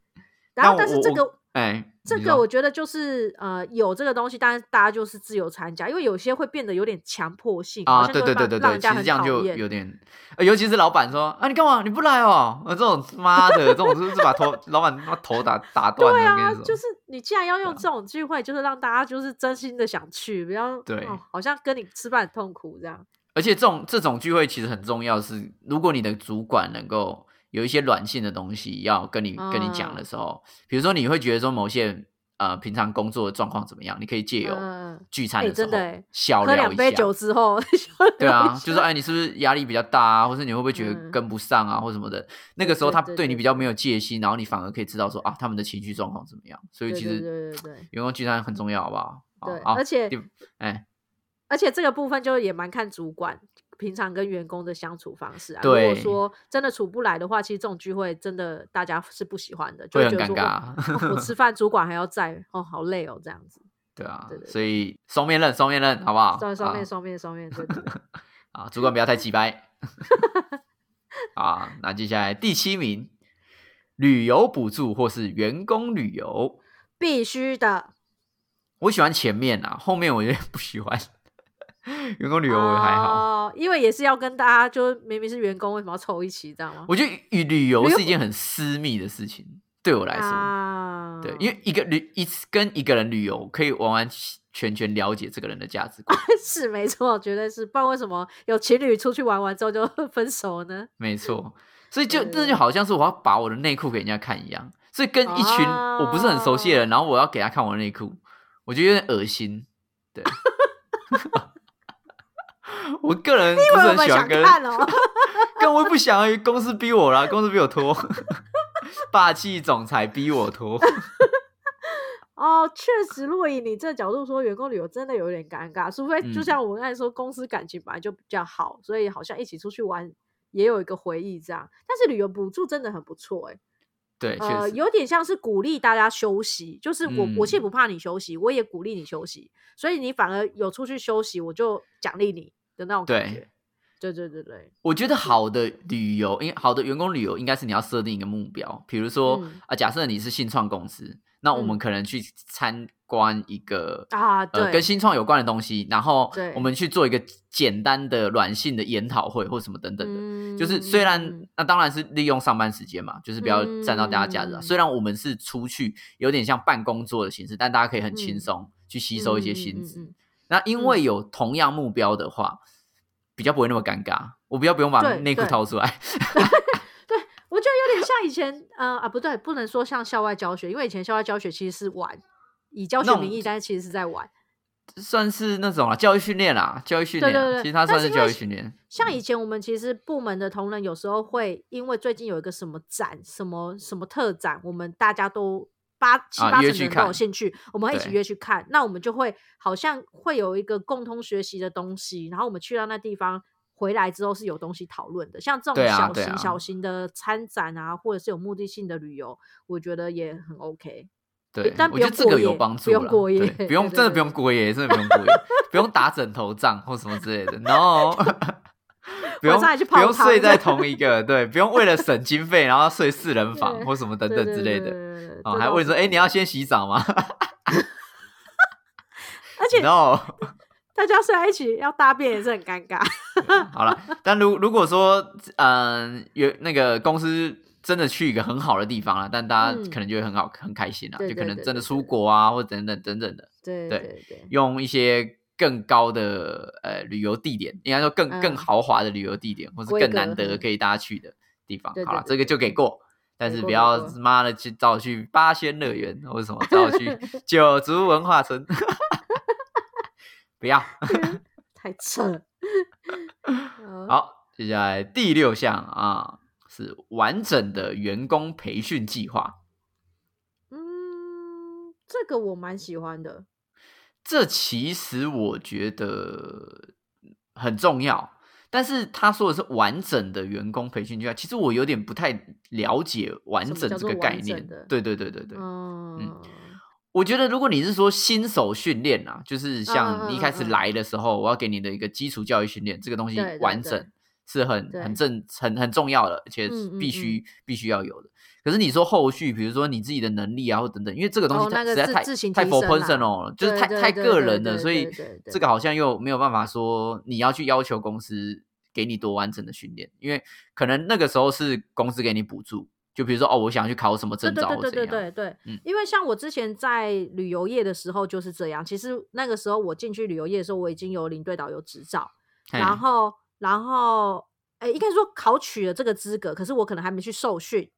然后，那但是我这我个哎，这你个说我觉得就是呃，有这个东西，但是大家就是自由参加，因为有些会变得有点强迫性，好啊，像对就会对对让对让对，人其家实很这样讨就厌有点，呃尤其是老板说啊，你干嘛你不来哦？呃这种妈的，这种就是把头老板他妈头打打断对了，我啊跟你，说就是你既然要用啊这种聚会，就是让大家就是真心的想去，不要对哦好像跟你吃饭很痛苦这样。而且这种这种聚会其实很重要是，如果你的主管能够有一些软性的东西要跟你跟你嗯讲的时候，比如说你会觉得说某些呃平常工作的状况怎么样，你可以借由嗯聚餐哎的时真候、的哎小喝聊两一杯下，酒之后， [laughs] 对啊，就是哎，你是不是压力比较大啊，或是你会不会觉得嗯跟不上啊，或什么的？那个时候对他对对你对比较没有戒心，然后你反而可以知道说啊，他们的情绪状况怎么样。所以对其对实对对对员工聚餐很重要，好不好？啊对，好而且第哎，而且这个部分就也蛮看主管平常跟员工的相处方式啊。如对果说真的处不来的话，其实这种聚会真的大家是不喜欢的，就会觉得很说、尴哦我吃 [laughs] 饭主管还要在，哦，好累哦，这样子。对啊对对，对所以双面刃，双面刃，好不好？双面双面啊双面双面，对对对 [laughs] 啊，主管不要太急掰。 [laughs] 啊，那接下来第七名，旅游补助或是员工旅游，必须 [laughs] 的。我喜欢前面啊，后面我有点不喜欢。 [laughs] 员工旅游哎我还好。哦，因为也是要跟大家，就明明是员工，为什么要凑一起，知道吗？我觉得旅旅游旅游是一件很私密的事情，对我来说，啊，对，因为一个旅一次跟一个人旅游，可以完完全全了解这个人的价值 [laughs] 观，是没错，绝对是。不然为什么有情侣出去玩完之后就 [laughs] 分手 [laughs] 呢？没错。所以就对对这就好像是我要把我的内裤给人家看一样，所以跟一群哦我不是很熟悉的人，然后我要给他看我的内裤，我觉得有点恶心。对， [laughs] 我个人因不是为我很们喜欢想跟，看 [laughs] 哦，但我也不想啊，因为公司逼我啦，公司逼我脱，霸气总裁逼我脱。哦，确实，如果以你这角度说，员工旅游真的有点尴尬，除非就嗯像我刚才说，公司感情本来就比较好，所以好像一起出去玩也有一个回忆这样。但是旅游补助真的很不错、欸，对，确呃，实。有点像是鼓励大家休息，就是我、我既嗯不怕你休息，我也鼓励你休息，所以你反而有出去休息，我就奖励你的那种感对觉。对对对对，我觉得好的旅游，因好的员工旅游应该是你要设定一个目标，比如说啊、嗯假设你是新创公司，那我们可能去参观一个、啊，对，呃跟新创有关的东西，然后对我们去做一个简单的软性的研讨会或什么等等的。嗯就是虽然那当然是利用上班时间嘛，就是不要占到大家假日啊、嗯虽然我们是出去有点像办工作的形式，但大家可以很轻松去吸收一些薪资。嗯嗯嗯嗯嗯那因为有同样目标的话，比较不会那么尴尬，我比较不用把对内裤对掏出来。我觉得有点像以前，呃啊，不对，不能说像校外教学，因为以前校外教学其实是玩，以教那学种名义，但是其实是在玩。算是那种啊，教育训练啦，教育训练啊，对对对其实它但算是是因为教育训练。像以前我们其实部门的同仁有时候会因为最近有一个什么展、什么什么特展，我们大家都八七啊八约成的去人都有看兴趣，我们会一起对约去看。那我们就会好像会有一个共通学习的东西，然后我们去到那地方。回来之后是有东西讨论的，像这种对啊小对型、啊小型的参展啊，或者是有目的性的旅游，我觉得也很 OK。对，但不我觉用得这个过有夜帮不助用啦过夜对不用对对真的对不用过夜，真的不用过夜，不用打枕头仗或什么之类的。No，不用上还去不泡用汤睡这在样同一个，对，不用为了省经费然后睡四人房 [laughs] 对或什么等对等对之对类的。对对对啊，这还倒问是说，哎，你要先洗澡吗？ [laughs] 而且 No。大家睡在一起要大便也是很尴尬。好了，但如如果说，嗯、有那个公司真的去一个很好的地方了，但大家嗯可能就会很好、很开心啊，对就可对能对真的对出对国啊，或者等等等等的，[laughs] 对对对对，用一些更高的呃旅游地点，应该说更、嗯更豪华的旅游地点，或是规更格难得嗯可以大家去的地方。对好对了，对这个就给过。但给是过不给要过妈的去找我去八仙乐园或者什么，找我 [laughs] 去九族文化村， [laughs] 不要。 [laughs] 太扯了。好好，接下来第六项啊是完整的员工培训计划。嗯，这个我蛮喜欢的。这其实我觉得很重要，但是他说的是完整的员工培训计划，其实我有点不太了解“完整”这个概什么叫做念完整的。对对对对对，嗯，我觉得如果你是说新手训练啊，就是嗯嗯像你一开嗯始嗯来的时候，我要给你的一个基础教育训练，这个东西对对完对整，是很对很正很很重要的，而且嗯嗯必须、必须要有的。可是你说后续，比如说你自己的能力啊，或等等，因为这个东哦西那它个实在自太、自行太提 for 升啦 personal 了，就是对太对太对个对人了，对所以对对对这个好像又没有办法说你要去要求公司给你多完整的训练，因为可能那个时候是公司给你补助，就比如说哦，我想去考什么证照或怎对对对样，对对对，嗯因为像我之前在旅游业的时候就是这样。其实那个时候我进去旅游业的时候，我已经有领队导游执照，嘿然后然后哎，应该说考取了这个资格，可是我可能还没去受训。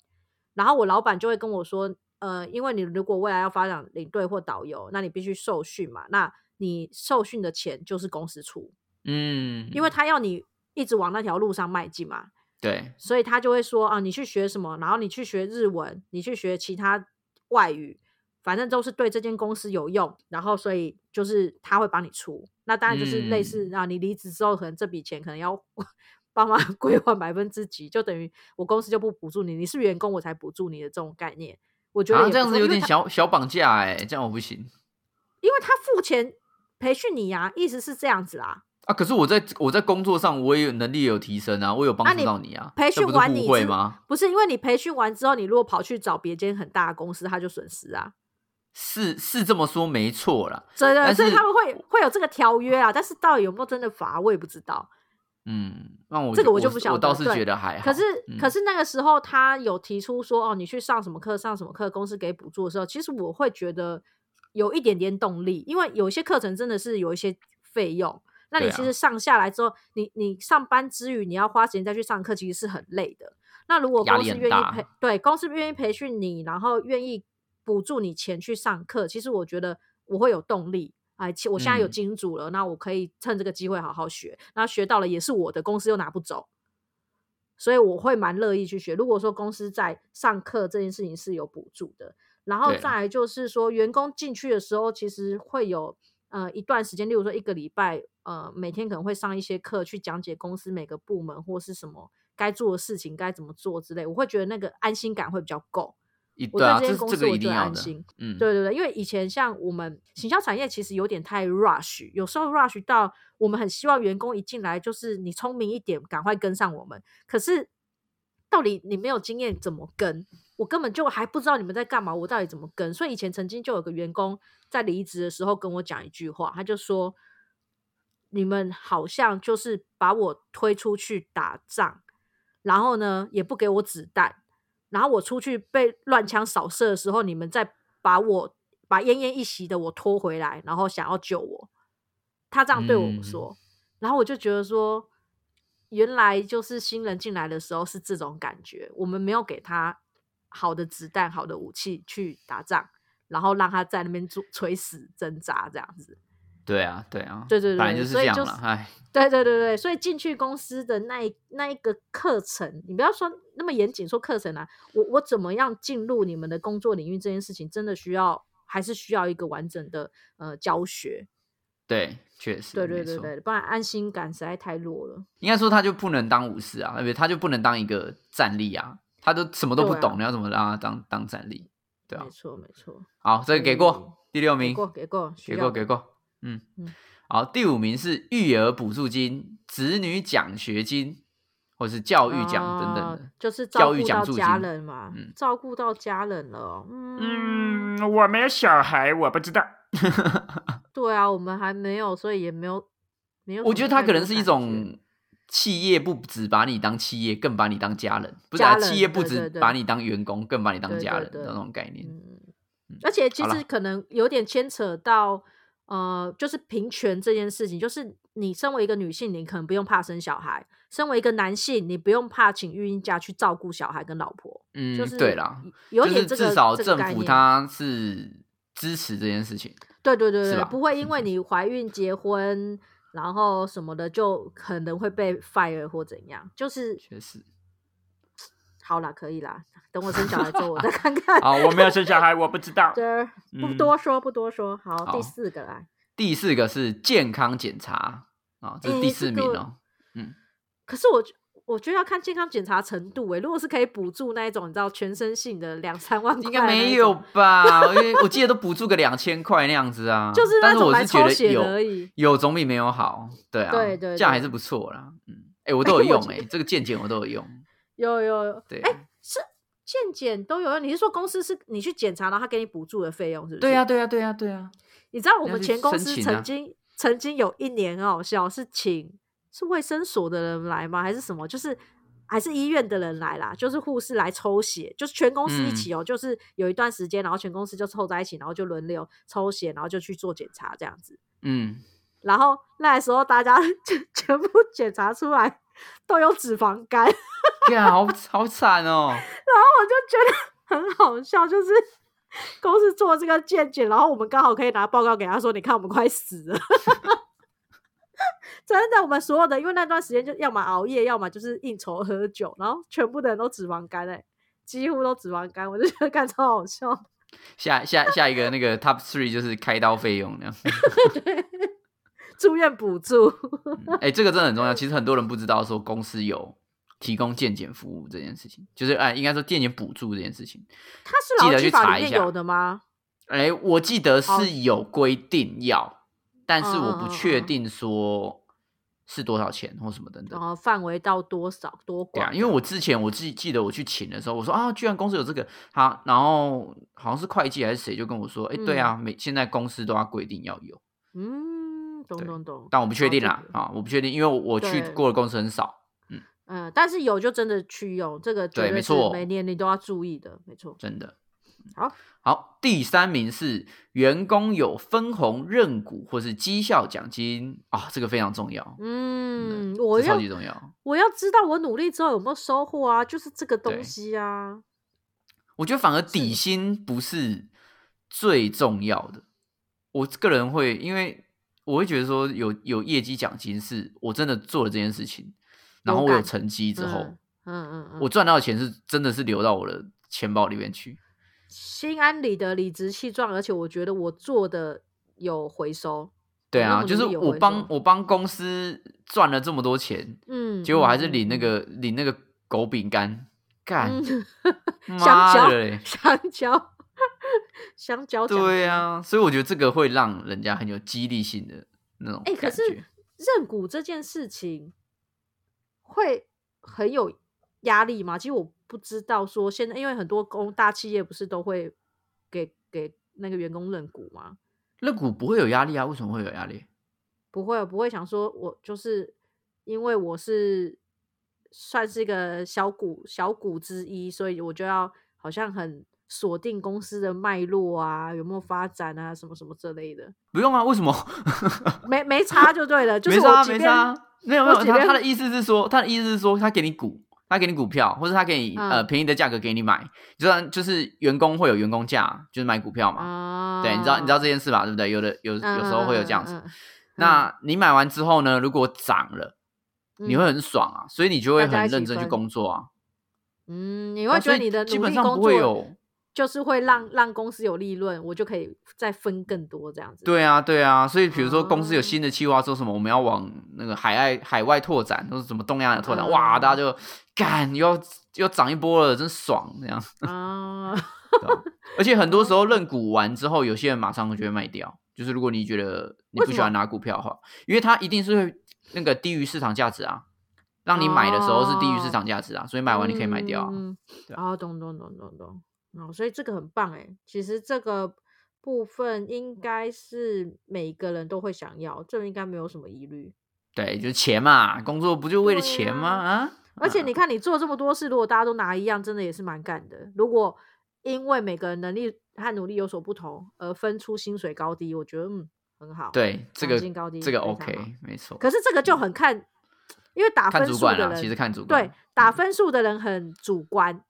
然后我老板就会跟我说，呃，因为你如果未来要发展领队或导游，那你必须受训嘛，那你受训的钱就是公司出，嗯，因为他要你一直往那条路上迈进嘛。对所以他就会说啊，你去学什么，然后你去学日文，你去学其他外语，反正都是对这间公司有用。然后所以就是他会帮你出，那当然就是嗯类似、啊，你离职之后，可能这笔钱可能要 [laughs] 帮忙归还百分之几，就等于我公司就不补助你，你是员工我才补助你的这种概念。我觉得、啊，这样子有点小。小小绑架哎、这样我不行因为他付钱培训你呀、意思是这样子啦。啊。可是我在我在工作上我也有能力有提升啊，我有帮啊助你到你啊，培这训不是完你互惠之吗？不是因为你培训完之后，你如果跑去找别间很大的公司，他就损失啊。是是这么说没错啦，真的，但所以是他们会会有这个条约啊，但是到底有没有真的罚，我也不知道。嗯，那我这个我我就不晓我倒得是对觉得还好。可是，嗯可是那个时候他有提出说，哦，你去上什么课，上什么课，公司给补助的时候，其实我会觉得有一点点动力，因为有一些课程真的是有一些费用。那你对啊其实上下来之后，你你上班之余，你要花时间再去上课，其实是很累的。那如果压公力司很愿大意培，对公司愿意培训你，然后愿意补助你钱去上课，其实我觉得我会有动力。哎，其我现在有嗯金主了，那我可以趁这个机会好好学。那学到了也是我的，公司又拿不走，所以我会蛮乐意去学。如果说公司在上课这件事情是有补助的，然后对再来就是说，员工进去的时候其实会有呃一段时间，例如说一个礼拜，呃，每天可能会上一些课去讲解公司每个部门或是什么该做的事情该怎么做之类，我会觉得那个安心感会比较够。一我对啊，对这这间公这司个我一最定要安的心，嗯，对对对，因为以前像我们行销产业其实有点太 rush，有时候 rush 到我们很希望员工一进来就是你聪明一点，赶快跟上我们。可是到底你没有经验怎么跟？我根本就还不知道你们在干嘛，我到底怎么跟？所以以前曾经就有个员工在离职的时候跟我讲一句话，他就说：“你们好像就是把我推出去打仗，然后呢也不给我子弹，然后我出去被乱枪扫射的时候，你们再把我把奄奄一息的我拖回来，然后想要救我。他这样对我嗯说，然后我就觉得说，原来就是新人进来的时候是这种感觉，我们没有给他好的子弹、好的武器去打仗，然后让他在那边做垂死挣扎这样子。对啊，对啊，对对对反正就是所这以样就是了，哎，对对对对，所以进去公司的那一那一个课程，你不要说那么严谨，说课程啊，我我怎么样进入你们的工作领域这件事情，真的需要还是需要一个完整的呃教学，对，确实，对对嗯没对错，对，不然安心感实在太弱了。应该说他就不能当武士啊，呃不，他就不能当一个战力啊，他都什么都不对啊懂，你要怎么让他当当战力？对啊没，错没错，好，这个给嗯过第六给名，过给过需给要过给的过，嗯嗯好，第五名是育儿补助金、子女奖学金，或是教育奖等等啊的。就是教照育顾奖到助家金人嘛，嗯照顾到家人了哦，嗯嗯，我没有小孩，我不知道。对啊，我们还没有，所以也没有没有什我么太多感。觉得他可能是一种企业不只把你当企业，更把你当家人，不是、家啊、人企业不对只对对把你当员工，更把你当对家对人的对那种概念。嗯，嗯而且其好啦实可能有点牵扯到呃，就是平权这件事情，就是你身为一个女性，你可能不用怕生小孩；身为一个男性，你不用怕请育婴假去照顾小孩跟老婆。嗯，就是对啦，有点就这是个至少这个政概府念它是支持这件事情。对对对是对，吧嗯不会因为你怀孕、结婚，然后什么的，就可能会被 fire 或怎样。就是确实，好啦，可以啦，等我生小孩之后 [laughs] 我再看看。啊，我没有生小孩，我不知道。这不嗯多说，不多说。好，好第四个来。第四个是健康检查啊、这是诶第这四名个哦。可是我觉我觉得要看健康检查程度欸诶、如果是可以补助那一种，你知道全身性的两三万块，应该没有，吧？因为我记得都补助个两千块那样子啊。 [laughs] 就是但那是种我来是觉抽得血有的而已。有总比没有好，对啊，对对这样还对是不错啦。嗯，哎，我都有用我觉哎、得这个见解我都有用。有有有，对哎、是健检都有用。你是说公司是你去检查，然后他给你补助的费用，是不是？对呀、啊对呀、对啊呀、对呀、你知道我要们去前公申司请曾啊经、曾经有一年很好笑，是请是卫生所的人来吗？还是什么？就是还是医院的人来啦，就是护士来抽血，就是全公嗯司一起哦、就是有一段时间，然后全公司就凑在一起，然后就轮流抽血，然后就去做检查这样子。嗯，然后那时候大家 [laughs] 全全部检查出来都有脂肪肝，然天啊，好好惨哦！后我就觉得很好笑，就是。 [laughs] 公司做这个健检，然后我们刚好可以拿报告给他说：“你看，我们快死了。” [laughs] 真的，我们所有的，因为那段时间就要么熬夜，要么就是应酬喝酒，然后全部的人都脂肪肝哎、几乎都脂肪肝，我就觉得干超好笑。下下下一个那个 top three 就是开刀费用那样。 [laughs] 住院补助，哎、这个真的很重要。其实很多人不知道说公司有提供健检服务这件事情，就是哎、应该说健检补助这件事情。它是记劳得基去法查里一面下有的吗？哎、我记得哦是有规定要，但是我嗯嗯不嗯确嗯哦定说是多少钱或什么等等然。后范围到多少多对啊，广？因为我之前我记记得我去请的时候，我说啊，居然公司有这个，好，然后好像是会计还是谁就跟我说，哎、对啊，每现在公司都要规定要有，嗯，懂对懂懂。但我不确了定解啦，啊，我不确定，因为我我去哦对过的公司很少，嗯，但是有就真的去用，这个绝对没是错每年你都要注意的，没错。真的。好，好，第三名是员工有分红、认股或是绩效奖金啊、这个非常重要，嗯，我这超要级重要。我要知道我努力之后有没有收获啊，就是这个东对西啊。我觉得反而底薪不是最重要的。我个人会，因为我会觉得说有有业绩奖金是我真的做了这件事情，然后我有有感成绩之后，嗯嗯嗯，我赚到的钱是真的是流到我的钱包里面去。心安理得、理直气壮，而且我觉得我做的有回收。对啊，我就认为是有欸我回帮收我帮公司赚了这么多钱，嗯，结果我还是嗯领那。个领那个狗饼干，干嗯嗯，香妈蕉的嘞！ [laughs] 香蕉，香蕉。对，啊，所以我觉得这个会让人家很有激励性的那种哎、感觉。可是认股这件事情会很有压力吗？其实我不知道，说现在因为很多公大企业不是都会给给那个员工认股吗？认股不会有压力啊？为什么会有压力？不会，不会想说我就是因为我是算是一个小股小股之一，所以我就要好像很锁定公司的脉络啊，有没有发展啊，什么什么之类的，不用啊，为什么？没没差就对了，就是没差我啊，即没便差啊，没有没我有。即他便他的意思是说，他的意思是说，他给你股，他给你股票，或者他给你、呃嗯便宜的价格给你买，就算就是员工会有员工价，就是买股票嘛。啊，对，你知道你知道这件事吧？对不对？有的有有时候会有这样子。嗯，嗯嗯嗯那你买完之后呢？如果涨了，嗯你会很爽啊，所以你就会大家很一起认真去分工作啊。嗯，你啊会觉所得以你的基努本力上工不会作有就是会让让公司有利润，我就可以再分更多这样子。对啊，对啊，所以比如说公司有哦新的计划，说什么我们要往那个海外海外拓展，都是什么东南亚拓展，哇，嗯大家就干又要又要涨一波了，真爽这样。啊，对吧而且很多哦时候认股完之后，有些人马上就会卖掉，就是如果你觉得你为不什喜欢拿股票的话，因为它一定是会那个低于市场价值啊，让你买的时候是低于市场价值啊，所以买完你可以卖掉啊。嗯对哦，懂懂懂懂懂。哦，所以这个很棒哎，其实这个部分应该是每个人都会想要，这应该没有什么疑虑。对，就是钱嘛，工作不就为了对钱吗？啊啊，而且嗯你看，你做这么多事，如果大家都拿一样，真的也是蛮干的。如果因为每个人能力和努力有所不同而分出薪水高低，我觉得嗯很好。对这奖个金高低这个非常 OK 没错。可是这个就很看，因为打看分主数管的啦，人，其实看主管嗯对，打分数的人很主观，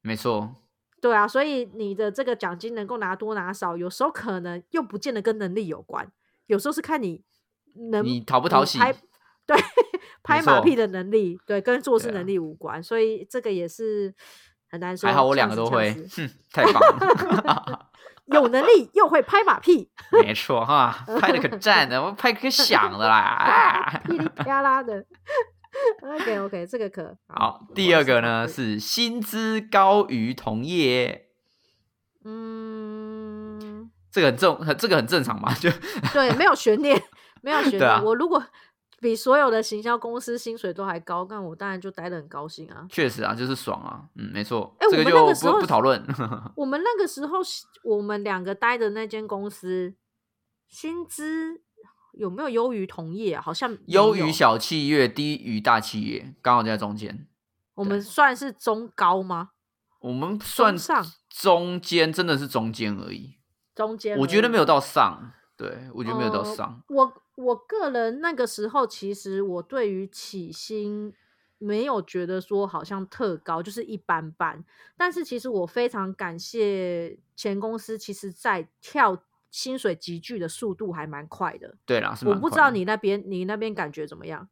没错，对啊，所以你的这个奖金能够拿多拿少，有时候可能又不见得跟能力有关，有时候是看你能你讨不讨你喜拍对拍马错屁的能力，对，跟做事对啊能力无关，所以这个也是很难说。还好我两呛个死都呛会死，哼，太棒了， [laughs] 有能力又会拍马屁，没错哈，拍的可赞的，我拍得可响的啦。 [laughs] 啊 [laughs] 噼里啪啦的。OK OK，这个可好，我第也二是个考呢虑是薪资高于同业，嗯。这个很正，很这个很正常吧？就对，没有悬念，没有悬对念。啊我如果比所有的行销公司薪水都还高，那我当然就待得很高兴啊。确实啊，就是爽啊，嗯，没错，哎我这们个那就个时候不不讨论。我们那个时候，我们两个待的那间公司，薪资有没有优于同业、啊？好像没优于有小企业，低于大企业，刚好在中间。我们算是中高吗？我们算中上中间，真的是中间而已。中间而已？我觉得没有到上，对我觉得没有到呃上。我我个人那个时候，其实我对于起薪没有觉得说好像特高，就是一般般。但是其实我非常感谢前公司，其实在跳薪水急剧的速度还蛮快的。对啦，是我蛮不快知道的，你那边你那边感觉怎么样？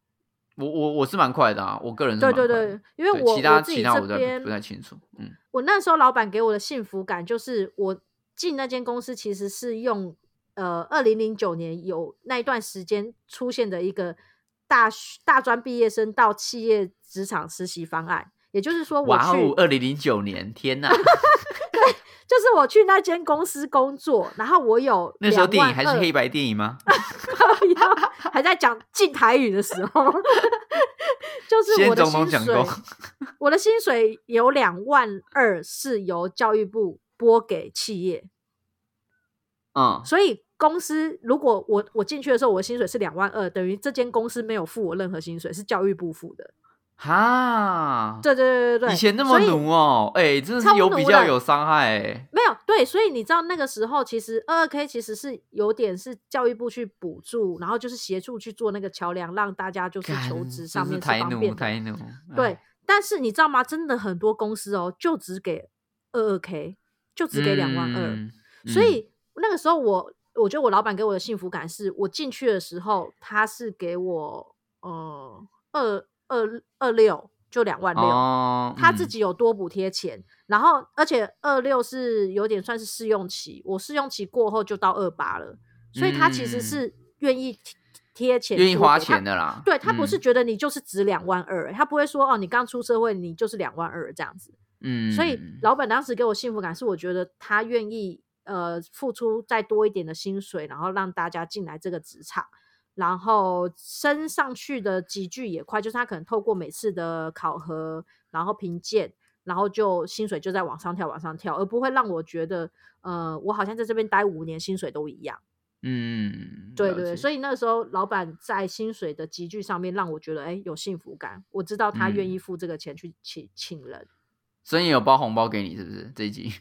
我我我是蛮快的啊，我个人是对蛮对快的对，因为对我其他我自己其他这我在边不不太清楚，嗯，我那时候老板给我的幸福感就是，我进那间公司其实是用呃，二零零九年有那一段时间出现的一个大学大专毕业生到企业职场实习方案，也就是说我哇去，哦，二零零九年，天 [laughs] 呐，就是我去那间公司工作，然后我有那时候电影22,000还是黑白电影吗？ [laughs] 要还在讲近台语的时候，就是先我的总统薪讲 [laughs] 水过，我的薪水有两万二是由教育部拨给企业，嗯，所以公司如果我我进去的时候，我的薪水是两万二，等于这间公司没有付我任何薪水，是教育部付的。哈，对对对对对，以前那么所以奴哦，哎，真的超是有奴比较的有伤害，哎，没有对，所以你知道那个时候，其实二二 k 其实是有点是教育部去补助，然后就是协助去做那个桥梁，让大家就是干求真职上是面是台方奴便的。台奴，对哎，，但是你知道吗？真的很多公司哦，就只给二二 k，就只给两万二、嗯所嗯以那个时候我，我觉得我老板给我的幸福感是，我进去的时候他是给我呃二二二六，就两万六、哦，他自嗯己有多补贴钱，然后而且二六是有点算是试用期，我试用期过后就到二八了，所以他其嗯实是愿意贴贴钱，愿意花钱。的啦，对他不是嗯觉得你就是值两万二、他不会说哦，你刚出社会你就是两万二这样子。嗯，所以老板当时给我幸福感是，我觉得他愿意呃付出再多一点的薪水，然后让大家进来这个职场，然后升上去的急剧也快，就是他可能透过每次的考核，然后评鉴。然后就薪水就在往上跳，往上跳，而不会让我觉得，呃，我好像在这边待五年，薪水都一样。嗯，对对对，所以以那个时候老板在薪水的集聚上面，让我觉得，哎，有幸福感。我知道他愿嗯意付这个钱去请请人，所以有包红包给你是不是？这一集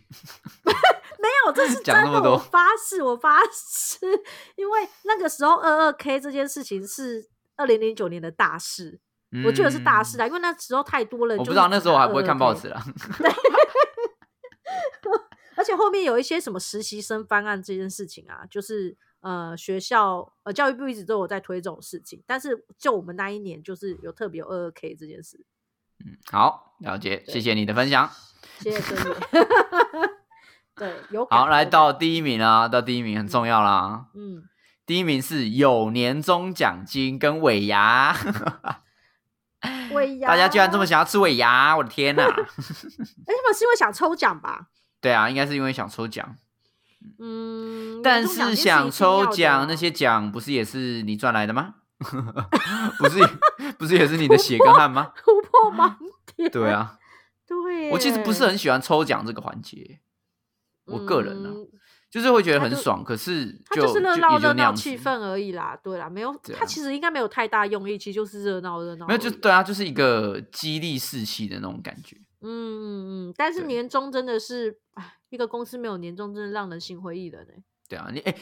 没有，这是讲那真么的，我多发誓，我发誓， [laughs] 因为那个时候二二 K 这件事情是二零零九年的大事，我觉得是大事嗯啊，因为那时候太多人，我不知道那时候我还不会看报纸了，啦。而且后面有一些什么实习生方案这件事情啊，就是呃学校呃教育部一直都有在推这种事情，但是就我们那一年就是有特别有二二 K 这件事，嗯好，了解，谢谢你的分享。谢谢真理， [laughs] 对，有感好，来有感到第一名啦，到第一名很重要啦。嗯，第一名是有年终奖金跟尾牙，尾牙，大家居然这么，想要吃尾牙，我的 [laughs] 天呐！而且哎是因为想抽奖吧。对啊，应该是因为想抽奖，嗯，但年终奖是金是想一定抽要的哦奖啦那些奖不是也是你赚来的吗？ [laughs] 不是，不是也是你的血跟汗吗？突破盲 [laughs] 点。对，啊，对耶。我其实不是很喜欢抽奖这个环节，我个人呢、啊，嗯，就是会觉得它很就爽，可是它就就是热就闹也就那热闹样气子氛而已啦，对啦，没有，对啊它其实应该没有太大用意，其实就是热闹热闹而已啦。没有，就对啊，就是一个激励士气的那种感觉。嗯嗯嗯，但是对年终真的是，哎，一个公司没有年终，真的让人心灰意冷哎。对啊，你哎、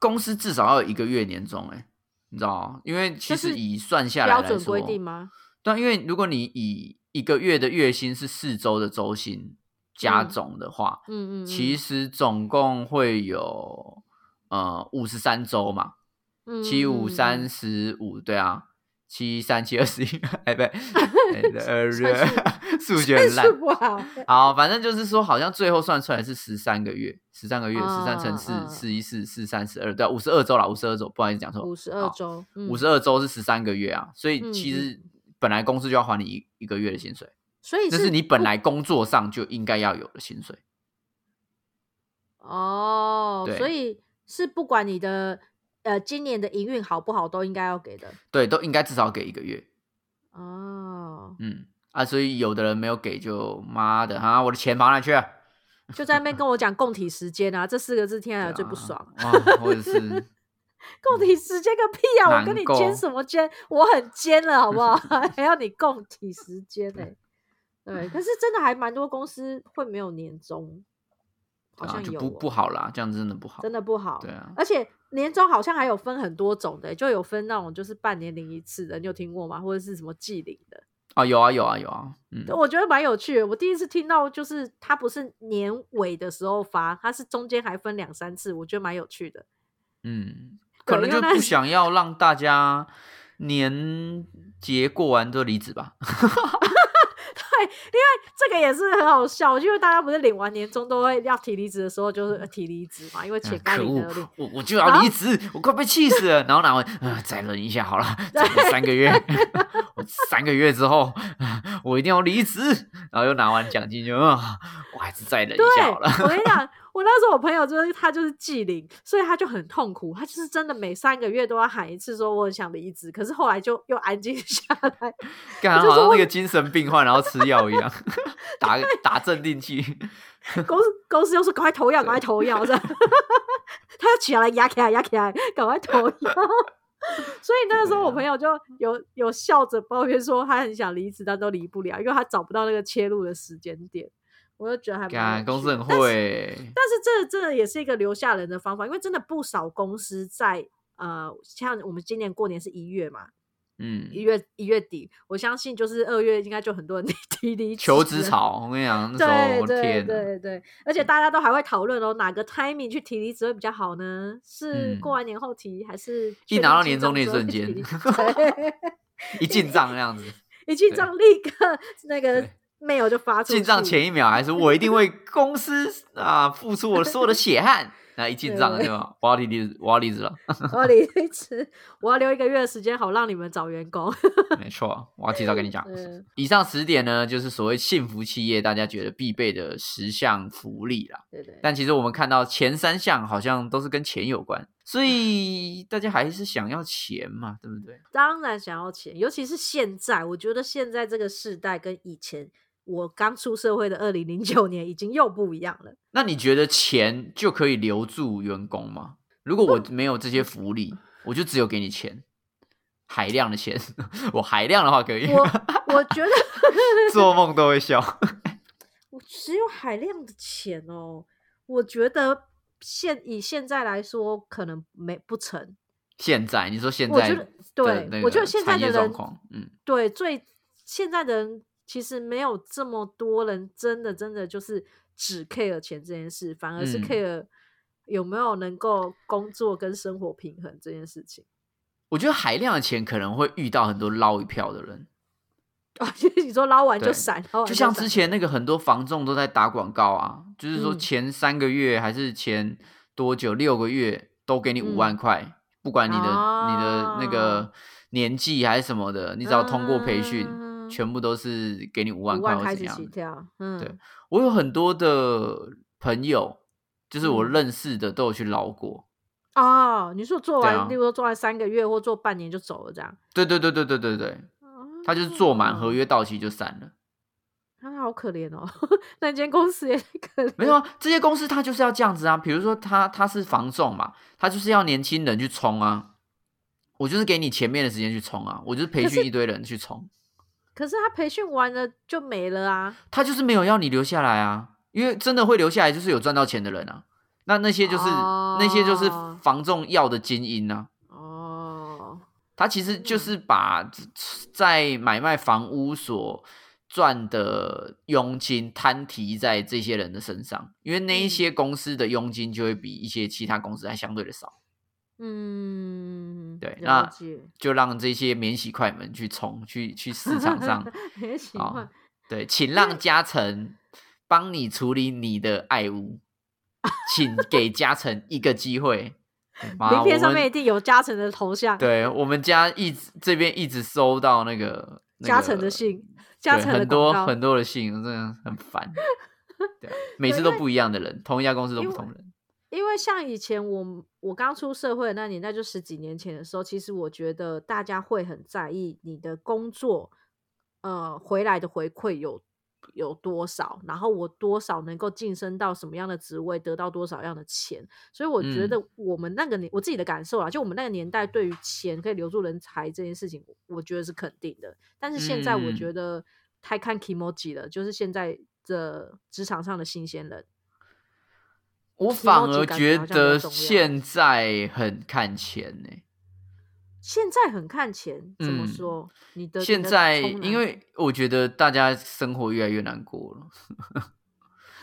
公司至少要有一个月年终哎、你知道吗？因为其这实是以算下来标来准规说定吗？对啊，因为如果你以一个月的月薪是四周的周薪加嗯总的话，嗯嗯，其实实总共会有呃五十三周嘛，嗯七五三十五，对啊，七三七二十一， [laughs] 哎，不 [laughs] 对，哎对二算月 [laughs] 数学很烂算数。不好。 [laughs] 好，反正就是说，好像最后算出来是十三个月，十三个月，十三乘嗯四，嗯四一四四三十二，对、啊，五十二周啦，五十二周，哦不好意思讲错，五十二周，嗯五五十，二周是十三个月啊，所以嗯其嗯实本来公司就要还你一一个月的薪水，所以这是你本不来工作上就应该要有的薪水。哦，对所以是不管你的呃今年的营运好不好都应该要给的对，都应该至少给一个月。哦，嗯啊，所以有的人没有给就妈的啊哈，我的钱跑哪去了？就在那边跟我讲供体时间啊，这四个字听起来最不爽。啊，或者是供体时间个屁啊！我跟你难过兼什么兼？我很兼了，好 [laughs] 不好？还要你供体时间呢、 [laughs] 对，可是真的还蛮多公司会没有年终， [laughs] 好对啊像就有、哦不不好啦，这样真的不好，真的不好。对啊，而且年终好像还有分很多种的、欸就有分那种就是半年领一次的，你有听过吗？或者是什么季领的？啊有啊有啊有啊，嗯，我觉得蛮有趣的。我第一次听到，就是它不是年尾的时候发，它是中间还分两三次，我觉得蛮有趣的。嗯，对可能因为就那不是想要让大家年节过完就离职吧。这个也是很好笑，因为大家不是领完年终都会要提离职的时候，就是呃提离职嘛，因为钱该嗯可领的都领恶。，我我就然要后离职，我快被气死了。然后拿回，啊，再忍一下好了，再忍三个月， [laughs] 我三个月之后，啊我一定要离职。然后又拿完奖金就，啊，我还是再忍一对，下好了。我跟你讲，我那时候我朋友就是他就是记龄，所以他就很痛苦，他就是真的每三个月都要喊一次说我很想离职，可是后来就又安静 [laughs] 下来，干好就像说那个精神病患，然后吃药一样，打打镇定 [laughs] 剂。公司公司又说赶快投药，赶快投药，这样， [laughs] 他又起来压起来压起来，赶快 [laughs] 投药。所以那个时候，啊我朋友就有有笑着抱怨说，他很想离职，但都离不了，因为他找不到那个切入的时间点。我就觉得还蛮干有公司趣的很但是会，但是这这也是一个留下人的方法，因为真的不少公司在呃，像我们今年过年是一月嘛，嗯，一月一月底，我相信就是二月应该就很多人 [laughs] 提离职求职了潮。我跟你讲，那时候对我对天哪，嗯对对，而且大家都还会讨论哦，哪个 timing 去提离职会比较好呢？是过嗯完年后提，还是一确拿定到进年终那账之后瞬去间提 [laughs] 离职对一进账那 [laughs] 样子，一进对账立刻那个对 mail 就发出去，进账前一秒还是我一定为公司啊付出我所有的血汗，那一进账了对对吧？我要离职，我要离职了，我要离职，我要留一个月的时间，好让你们找 [laughs] 员工。没错，我要提早跟你讲。嗯以上十点呢，就是所谓幸福企业大家觉得必备的十项福利啦。对对，但其实我们看到前三项好像都是跟钱有关，所以大家还是想要钱嘛，对不对？当然想要钱，尤其是现在，我觉得现在这个时代跟以前我刚出社会的二零零九年已经又不一样 [laughs] 了。那你觉得钱就可以留住员工吗？如果我没有这些福利，我就只有给你钱，海量的钱， [laughs] 我海量的话可以，我我觉得做梦都会笑。我只有海量的钱哦。我觉得现以现在来说，可能没不成。现现在你说现我觉在得的，对那我觉得个现在产业的状人况，嗯，对，最现在的人其实没有这么多人真的真的就是只 care 钱这件事，反而是嗯 care 有没有能够工作跟生活平衡这件事情。 [laughs] 我觉得海量的钱可能会遇到很多捞一票的人，啊，就是你说捞完就对闪，捞完就像闪之前那个很多房仲都在打广告啊，就是说嗯前三个月还是前多久六个月都给你嗯五万块，不管你的、你的那哦个年纪还是什么的，你只要通过培训，嗯全部都是给你五万五块万或开怎始样起的。跳，嗯，对我有很多的朋友，就是我嗯认识的都有去捞过。哦，你说做对完，啊例如说做完三个月或做半年就走了这样，对对对对对对对，他就是做满合哦，约到期就散了。他好可怜哦， [laughs] 那间公司也太可怜，没有，啊，这些公司他就是要这样子啊。比如说他他是房仲嘛，他就是要年轻人去冲啊。我就是给你前面的时间去冲啊，我就是培可是训一堆人去冲，可是他培训完了就没了啊，他就是没有要你留下来啊，因为真的会留下来就是有赚到钱的人啊。那那些就是、那些就是哦房仲要的精英啊，哦，他其实就是把在买卖房屋所赚的佣金摊提在这些人的身上，因为那一嗯些公司的佣金就会比一些其他公司还相对的少。嗯，对了那解 [laughs] 就让这些免洗快门去冲，去去市场 [laughs] 上也喜啊、欢，对，请让嘉诚帮你处理你的爱屋，请给嘉诚一个机会。妈，名我片上们面一定有嘉诚的头像，对我们家一直这边一直收到那个嘉诚的，信，嘉那个对诚的很多广告很多的 [laughs] 信，真的很烦。对啊，每次都不一样的人，同一家公司都因不为同人。因为为像以前我我刚出社会的那年代，就十几年前的时候，其实我觉得大家会很在意你的工作，呃，回来的回馈有有多少，然后我多少能够晋升到什么样的职位，得到多少样的钱。所以我嗯觉得我们那个年，我自己的感受啦，就我们那个年代对于钱可以留住人才这件事情，我觉得是肯定的。但是现在我嗯觉得太看 emoji 了，就是现在的职场上的新鲜人。我提反高质而感觉好像比较得重要现在很看钱呢、现在很看钱，怎么嗯说？你的现你的在冲哪因为我觉得大家生活越来越难过 [laughs] 了，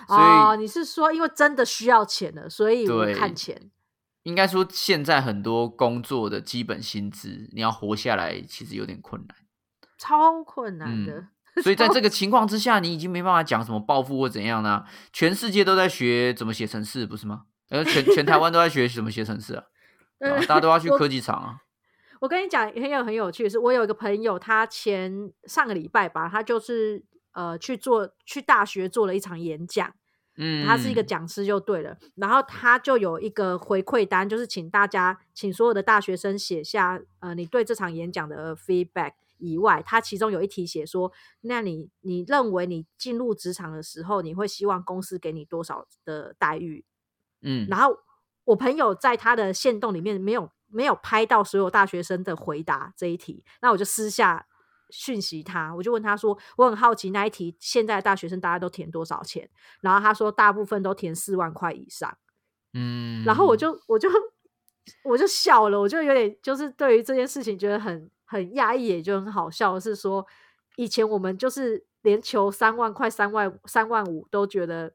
所哦，以你是说因为真的需要钱了，所以我对看钱应该说现在很多工作的基本薪资，你要活下来其实有点困 [laughs] 难。超困难嗯的。所以在这个情况之下，你已经没办法讲什么暴富或怎样啦、全世界都在学怎么写程式，不是吗？呃，全全台湾都在学怎么写程 [laughs] 式啊，对啊嗯大家都要去我科技厂啊。我跟你讲，很有很有趣的是，我有一个朋友，他前上个礼拜吧，他就是呃去做去大学做了一场演讲，嗯，他是一个讲师就对了。然后他就有一个回馈单，就是请大家，请所有的大学生写下，呃，你对这场演讲的 feedback 以外，他其中有一题写说，那你你认为你进入职场的时候，你会希望公司给你多少的待遇？嗯，然后我朋友在他的线动里面没有没有拍到所有大学生的回答这一题，那我就私下讯息他，我就问他说，我很好奇那一题现在的大学生大家都填多少钱？然后他说大部分都填四万块以上，嗯，然后我就我就我就笑了，我就有点就是对于这件事情觉得很很压抑，也就很好笑，是说以前我们就是连求三万块、三万三万五都觉得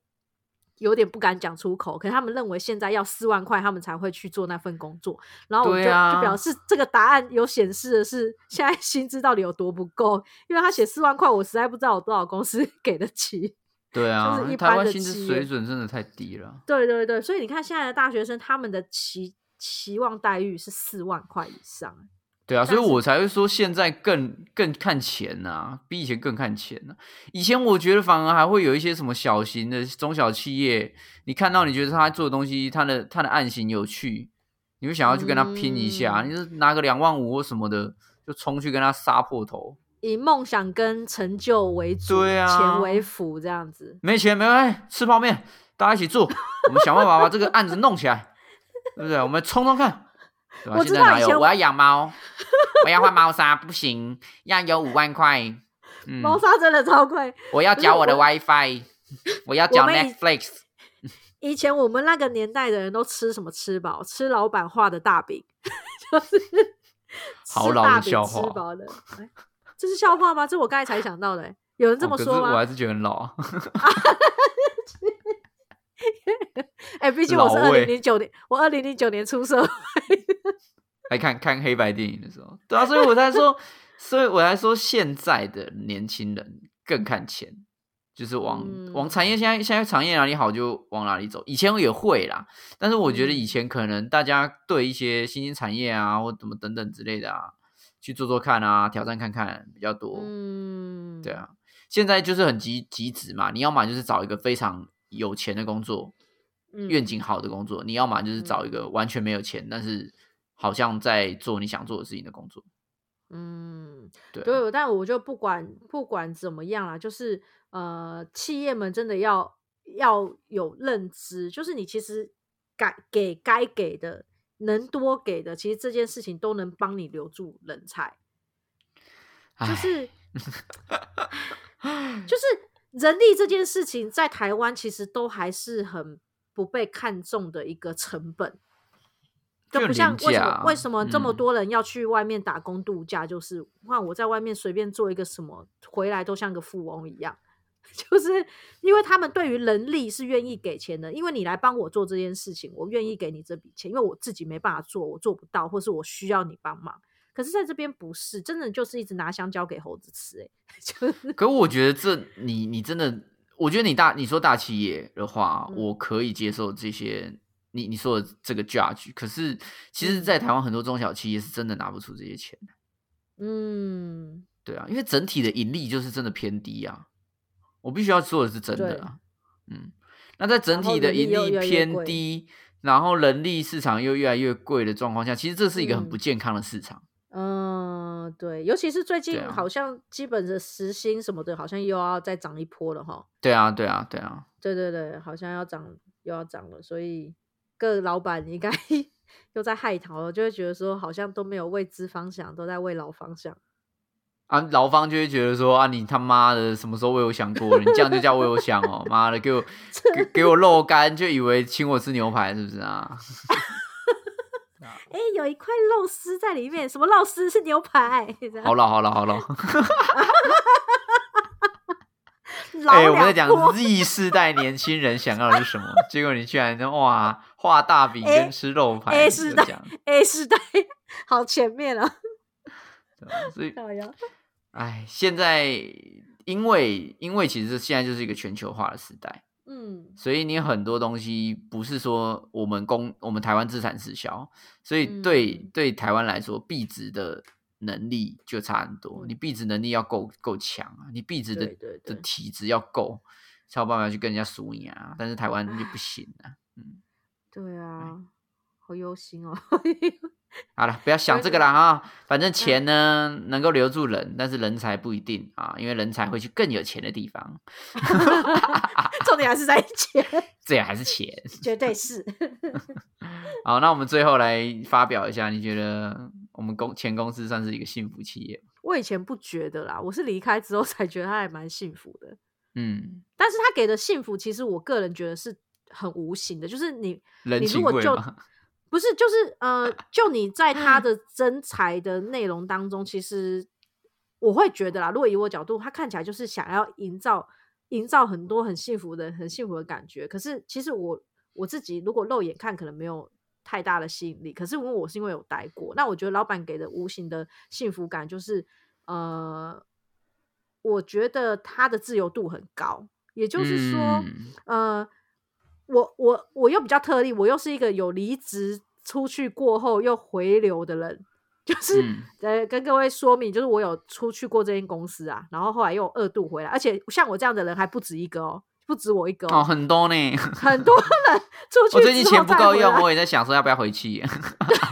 有点不敢讲出口，可是他们认为现在要四万块，他们才会去做那份工作。然后我对就、就啊表示这个答案有显示的是现在 [laughs] 薪资到底有多不够，因为他写四万块，我实在不知道有多少公司 [laughs] 给得起。对啊，就是一般台湾的薪资企业水准真的太低了。对对对，所以你看现在的大学生，他们的期期望待遇是四万块以上。欸对啊，所以但是我才会说现在更更看钱呐、比以前更看钱呐、以前我觉得反而还会有一些什么小型的中小企业，你看到你觉得他做的东西，他的他的案型有趣，你会想要去跟他拼一下，嗯你就是拿个两万五或什么的，就冲去跟他杀破头。以梦想跟成就为主，对啊钱为辅，这样子。没钱没关系，吃泡面，大家一起做，我们想办法把这个案子弄起来，对不对？我们冲冲看。对吧我现知在道哪以有？前我要养猫，我要换猫砂，不行，要有五万块。嗯，猫砂真的超贵。我要不是缴我的我 WiFi，我要我缴们已 Netflix。以前我们那个年代的人都吃什么吃饱？吃老板画的大饼， [laughs] 就是好吃老的大饼笑吃话饱了。哎这是笑话吗？这我刚才才想到的、哎有人这么哦可是说我吗？还是觉得很老啊。哎、毕竟我是老二味零零九年，我二零零九年出生。来看看黑白电影的时候，对啊，所以我才说，所以我才说现在的年轻人更看钱，就是往、嗯往产业现在现在产业哪里好就往哪里走。以前也会啦，但是我觉得嗯以前可能大家对一些新兴产业啊或怎么等等之类的啊，去做做看啊，挑战看看比较多。嗯，对，啊，现在就是很极极值嘛，你要么就是找一个非常有钱的工作，嗯愿景好的工作；你要么就是找一个完全没有钱，但是好像在做你想做的事情的工作。嗯，对啊，对，但我就不管不管怎么样啦，就是呃，企业们真的要要有认知，就是你其实该给该给的，能多给的，其实这件事情都能帮你留住人才，就唉是就是人力这件事情在台湾其实都还是很不被看重的一个成本。就就不像廉为什价么为什么这么嗯多人要去外面打工度假？就是哇，我在外面随便做一个什么，回来都像个富翁一样。 [laughs] 就是因为他们对于人力是愿意给钱的，因为你来帮我做这件事情，我愿意给你这笔钱，因为我自己没办法做，我做不到，或是我需要你帮忙。可是在这边不是，真的就是一直拿香蕉给猴子吃、欸，就是可我觉得这你你真的，我觉得你大你说大企业的话，嗯我可以接受这些你你说的这个 judge。可是其实，在台湾很多中小企业是真的拿不出这些钱。嗯，对啊，因为整体的盈利就是真的偏低啊。我必须要说的是真的啊，嗯。那在整然后体的人力盈又利越来越偏贵低，然后然后人力市场又越来越贵的状况下，其实这是一个很不健康的市场。嗯，对，尤其是最近对啊好像基本的时薪什么的，好像又要再涨一波了哈。对啊，对啊，对啊，对对对，好像要涨又要涨了，所以各老板应该 [laughs] 又在害逃了，就会觉得说好像都没有为资方想，都在为劳方想。啊，劳方就会觉得说啊，你他妈的什么时候为我想过？你这样就叫为我想哦，妈的，给我给给我肉干，就以为请我吃牛排是不是 [laughs] 啊？哎，有一块肉丝在里面，什么肉丝是牛排？这样好了好了好了，老哎、我们两在讲波 Z 世代年轻人想要的是什 [laughs] 么，结果你居然哇画大饼跟 A- 吃肉排 A 就世这代样， A 世代，好前面啊，对吧所以好呀，哎，现在因为因为其实现在就是一个全球化的时代，嗯所以你很多东西不是说我们公我们台湾自产自销，所以嗯对、嗯对台湾来说币值的能力就差很多。嗯你币值能力要够够强啊，你币值的对对对的体质要够，才有办法去跟人家输赢啊。但是台湾就不行啊。对啊，哎好忧心哦。 [laughs] 好了，不要想这个啦啊！反正钱呢、嗯能够留住人，但是人才不一定啊，因为人才会去更有钱的地方，重点还是在钱，这还是钱。 [laughs] 绝对是。好，那我们最后来发表一下，你觉得我们公前公司算是一个幸福企业吗？我以前不觉得啦，我是离开之后 [laughs] 才觉得他还蛮幸福的。嗯，但是他给的幸福，其实我个人觉得是很无形的，就是你人你情如果味嗯 [laughs] 就嘛，不是就是呃，就你在他的真才的内容当中，其实我会觉得啦，如果以我角度，他看起来就是想要营造营造很多很幸福的、很幸福的感觉。可是其实我我自己如果肉眼看，可能没有太大的吸引力。可是因为我是因为有待过，那我觉得老板给的无形的幸福感就是呃，我觉得他的自由度很高，也就是说。嗯呃，我我我又比较特例，我又是一个有离职出去过后又回流的人，就是、嗯呃跟各位说明，就是我有出去过这间公司啊，然后后来又二度回来，而且像我这样的人还不止一个哦，不止我一个哦，哦，很多呢。 [laughs] 很多人 [laughs] 出去我最近之后钱不再够回用，来我也在想说要不要回去。 [laughs]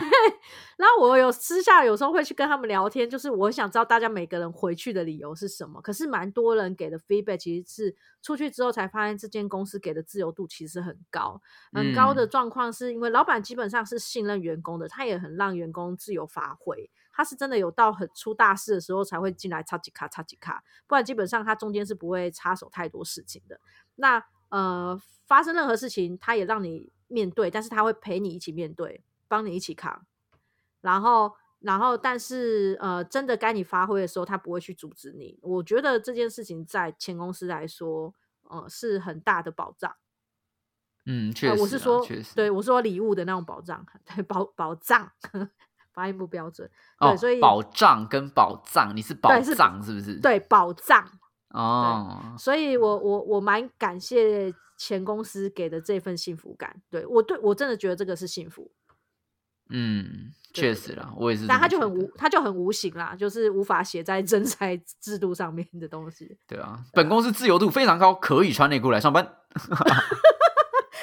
然后我有私下有时候会去跟他们聊天，就是我想知道大家每个人回去的理由是什么。可是蛮多人给的 feedback 其实是出去之后才发现这间公司给的自由度其实很高，很高的嗯状况是因为老板基本上是信任员工的，他也很让员工自由发挥。他是真的有到很出大事的时候才会进来插几卡插几卡，不然基本上他中间是不会插手太多事情的。那呃，发生任何事情，他也让你面对，但是他会陪你一起面对，帮你一起扛。然后，然后，但是呃，真的该你发挥的时候，他不会去阻止你。我觉得这件事情在前公司来说，呃，是很大的保障。嗯，确呃实啊，我是说确，实。对我说礼物的那种保障， [laughs] 对保保障，发音不标准。哦对，所以，保障跟保障，你是保是障是不是？，对保障，哦，所以我我我蛮感谢前公司给的这份幸福感。对我对我真的觉得这个是幸福，嗯，对确对实对啦，我也是这么觉得。但它就很无，它就很无形啦，就是无法写在真 [laughs] 才制度上面的东西。对啊，本公司自由度非常高，可以穿内裤来上班。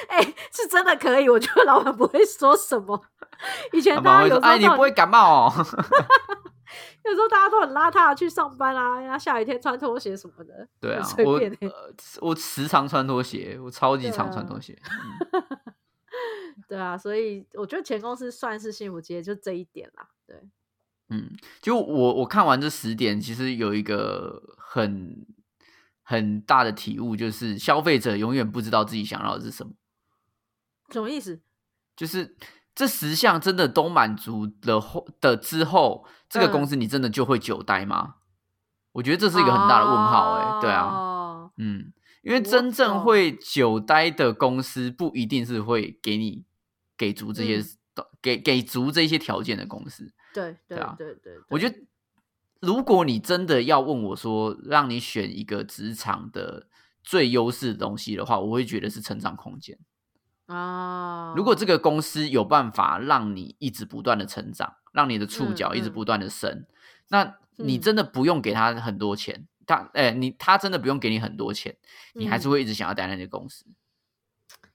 哎、是真的可以，我觉得老板不会说什么。以前老大板家会说：“啊有时候哎，你都不很、会感冒 [laughs] 哦。有时候大家都很邋遢地去上班啊，然后下雨天穿拖鞋什么的”。对很啊，随我便欸呃我时常穿拖鞋，我超级常穿对啊拖鞋。嗯对啊，所以我觉得前公司算是幸福街，就这一点啦。对，嗯，就我我看完这十点，其实有一个很很大的体悟，就是消费者永远不知道自己想要的是什么。什么意思？就是这十项真的都满足了后的之后，这个嗯公司你真的就会久待吗？我觉得这是一个很大的问号、欸，哎、对啊，啊，嗯，因为我真正懂会久待的公司，不一定是会给你给足这些、嗯给给足这些条件的公司。对对对啊对对，我觉得得，如果你真的要问我说，让你选一个职场的最优势的东西的话，我会觉得是成长空间。啊，如果这个公司有办法让你一直不断的成长，让你的触角嗯一直嗯不断的升，那你嗯真的不用给他很多钱，他哎、你他真的不用给你很多钱，你还是嗯会一直想要待在那个公司，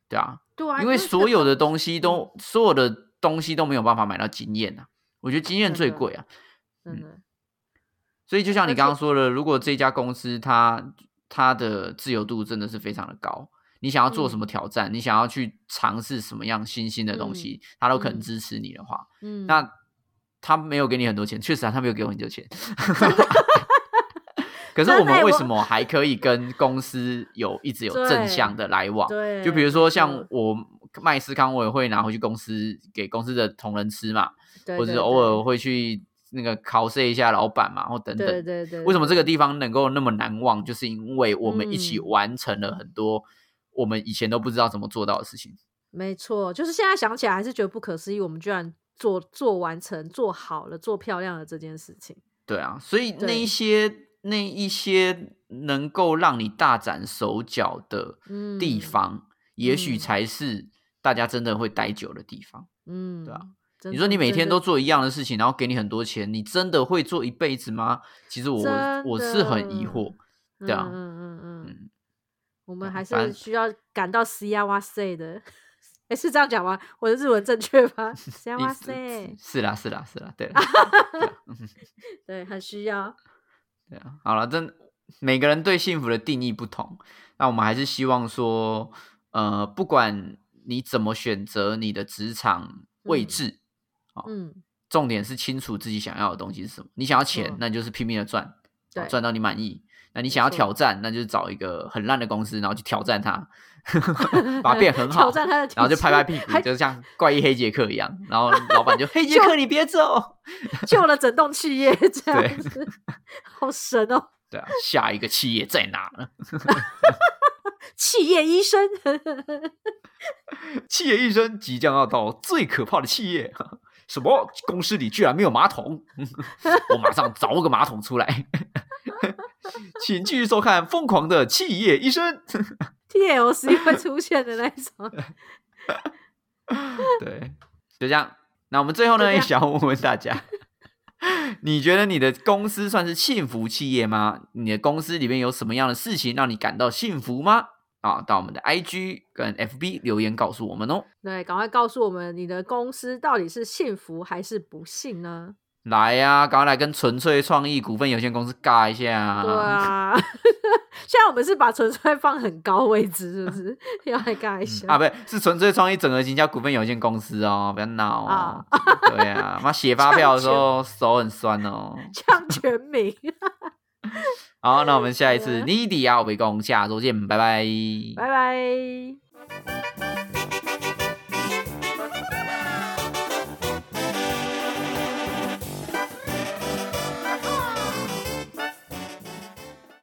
对啊，对啊，因为所有的东西都嗯所有的东西都没有办法买到经验啊。我觉得经验最贵啊。 [laughs] 真的所以就像你而且刚刚说的，如果这家公司它它的自由度真的是非常的高，你想要做什么嗯挑战，你想要去尝试什么样新兴的东西，它都可能支持你的话，嗯，那他没有给你很多钱，确实啊，他没有给我很多 [laughs] 钱。可是真的我们欸为我什么还可以跟公司有一直有正向的来往？对，就比如说像嗯我麦斯康，我也会拿回去公司给公司的同仁吃嘛，对或者对是偶尔会去那个 cos 一下老板嘛，或等对对等。对对，为什么这个地方能够那么难忘？就是因为我们一起嗯完成了很多我们以前都不知道怎么做到的事情。没错，就是现在想起来还是觉得不可思议，我们居然做做完成、做好了、做漂亮了这件事情。对啊，所以那对一些那一些能够让你大展手脚的嗯，地，方，也许嗯才是大家真的会待久的地方。嗯，对啊真的。你说你每真天的都做一样的事情，然后给你很多钱，你真的会做一辈子吗？其实我真我是很的疑惑。对啊嗯嗯嗯嗯嗯，我们对还反是正需要感到西呀哇塞的。 [laughs] 哎，是这样讲吗？我的日文正确吗？西 [laughs] 呀你哇是塞，嗯是啦是啦是啦，对啦对，很需要。对啊，好了，真每个人对幸福的定义不同，那我们还是希望说，呃，不管你怎么选择你的职场位嗯置，好嗯，重点是清楚自己想要的东西是什么。你想要钱错，那你就是拼命的赚，好嗯对赚到你满意。那你想要错挑战，那就是找一个很烂的公司，然后去挑战 [laughs] 它，把它变很好挑，战他的体质，然后就拍拍屁股，还就像怪异黑杰克一样。然后老 [laughs] 板就黑杰克，你别走。救了整栋企业， [laughs] 这对样子，好神哦！对啊，下一个企业在哪呢？企业医生， [laughs] 企业医生即将要到最可怕的企业， [laughs] 什么公司里居然没有马桶？ [laughs] 我马上凿个马桶出来。 [laughs] 请继续收看《疯狂的企业医生》。 TLC 会出现的那一种。对，就这样。那我们最后就呢，这也样想问问大家，你觉得你的公司算是幸福企业吗？你的公司里面有什么样的事情让你感到幸福吗？啊，到我们的 IG 跟 FB 留言告诉我们哦。对，赶快告诉我们你的公司到底是幸福还是不幸呢？来呀、赶快来跟纯粹创意股份有限公司尬一下、啊对啊， [laughs] 现在我们是把纯粹放很高位置，是不是？ [laughs] 要来尬一下啊，不是，是纯粹创意整合行销股份有限公司哦，不要闹哦。对啊，妈写发票的时 [laughs] 候手很酸哦。呛全民， [laughs] 好，那我们下一好次啊你迪亚我被攻，下周见，拜拜拜拜。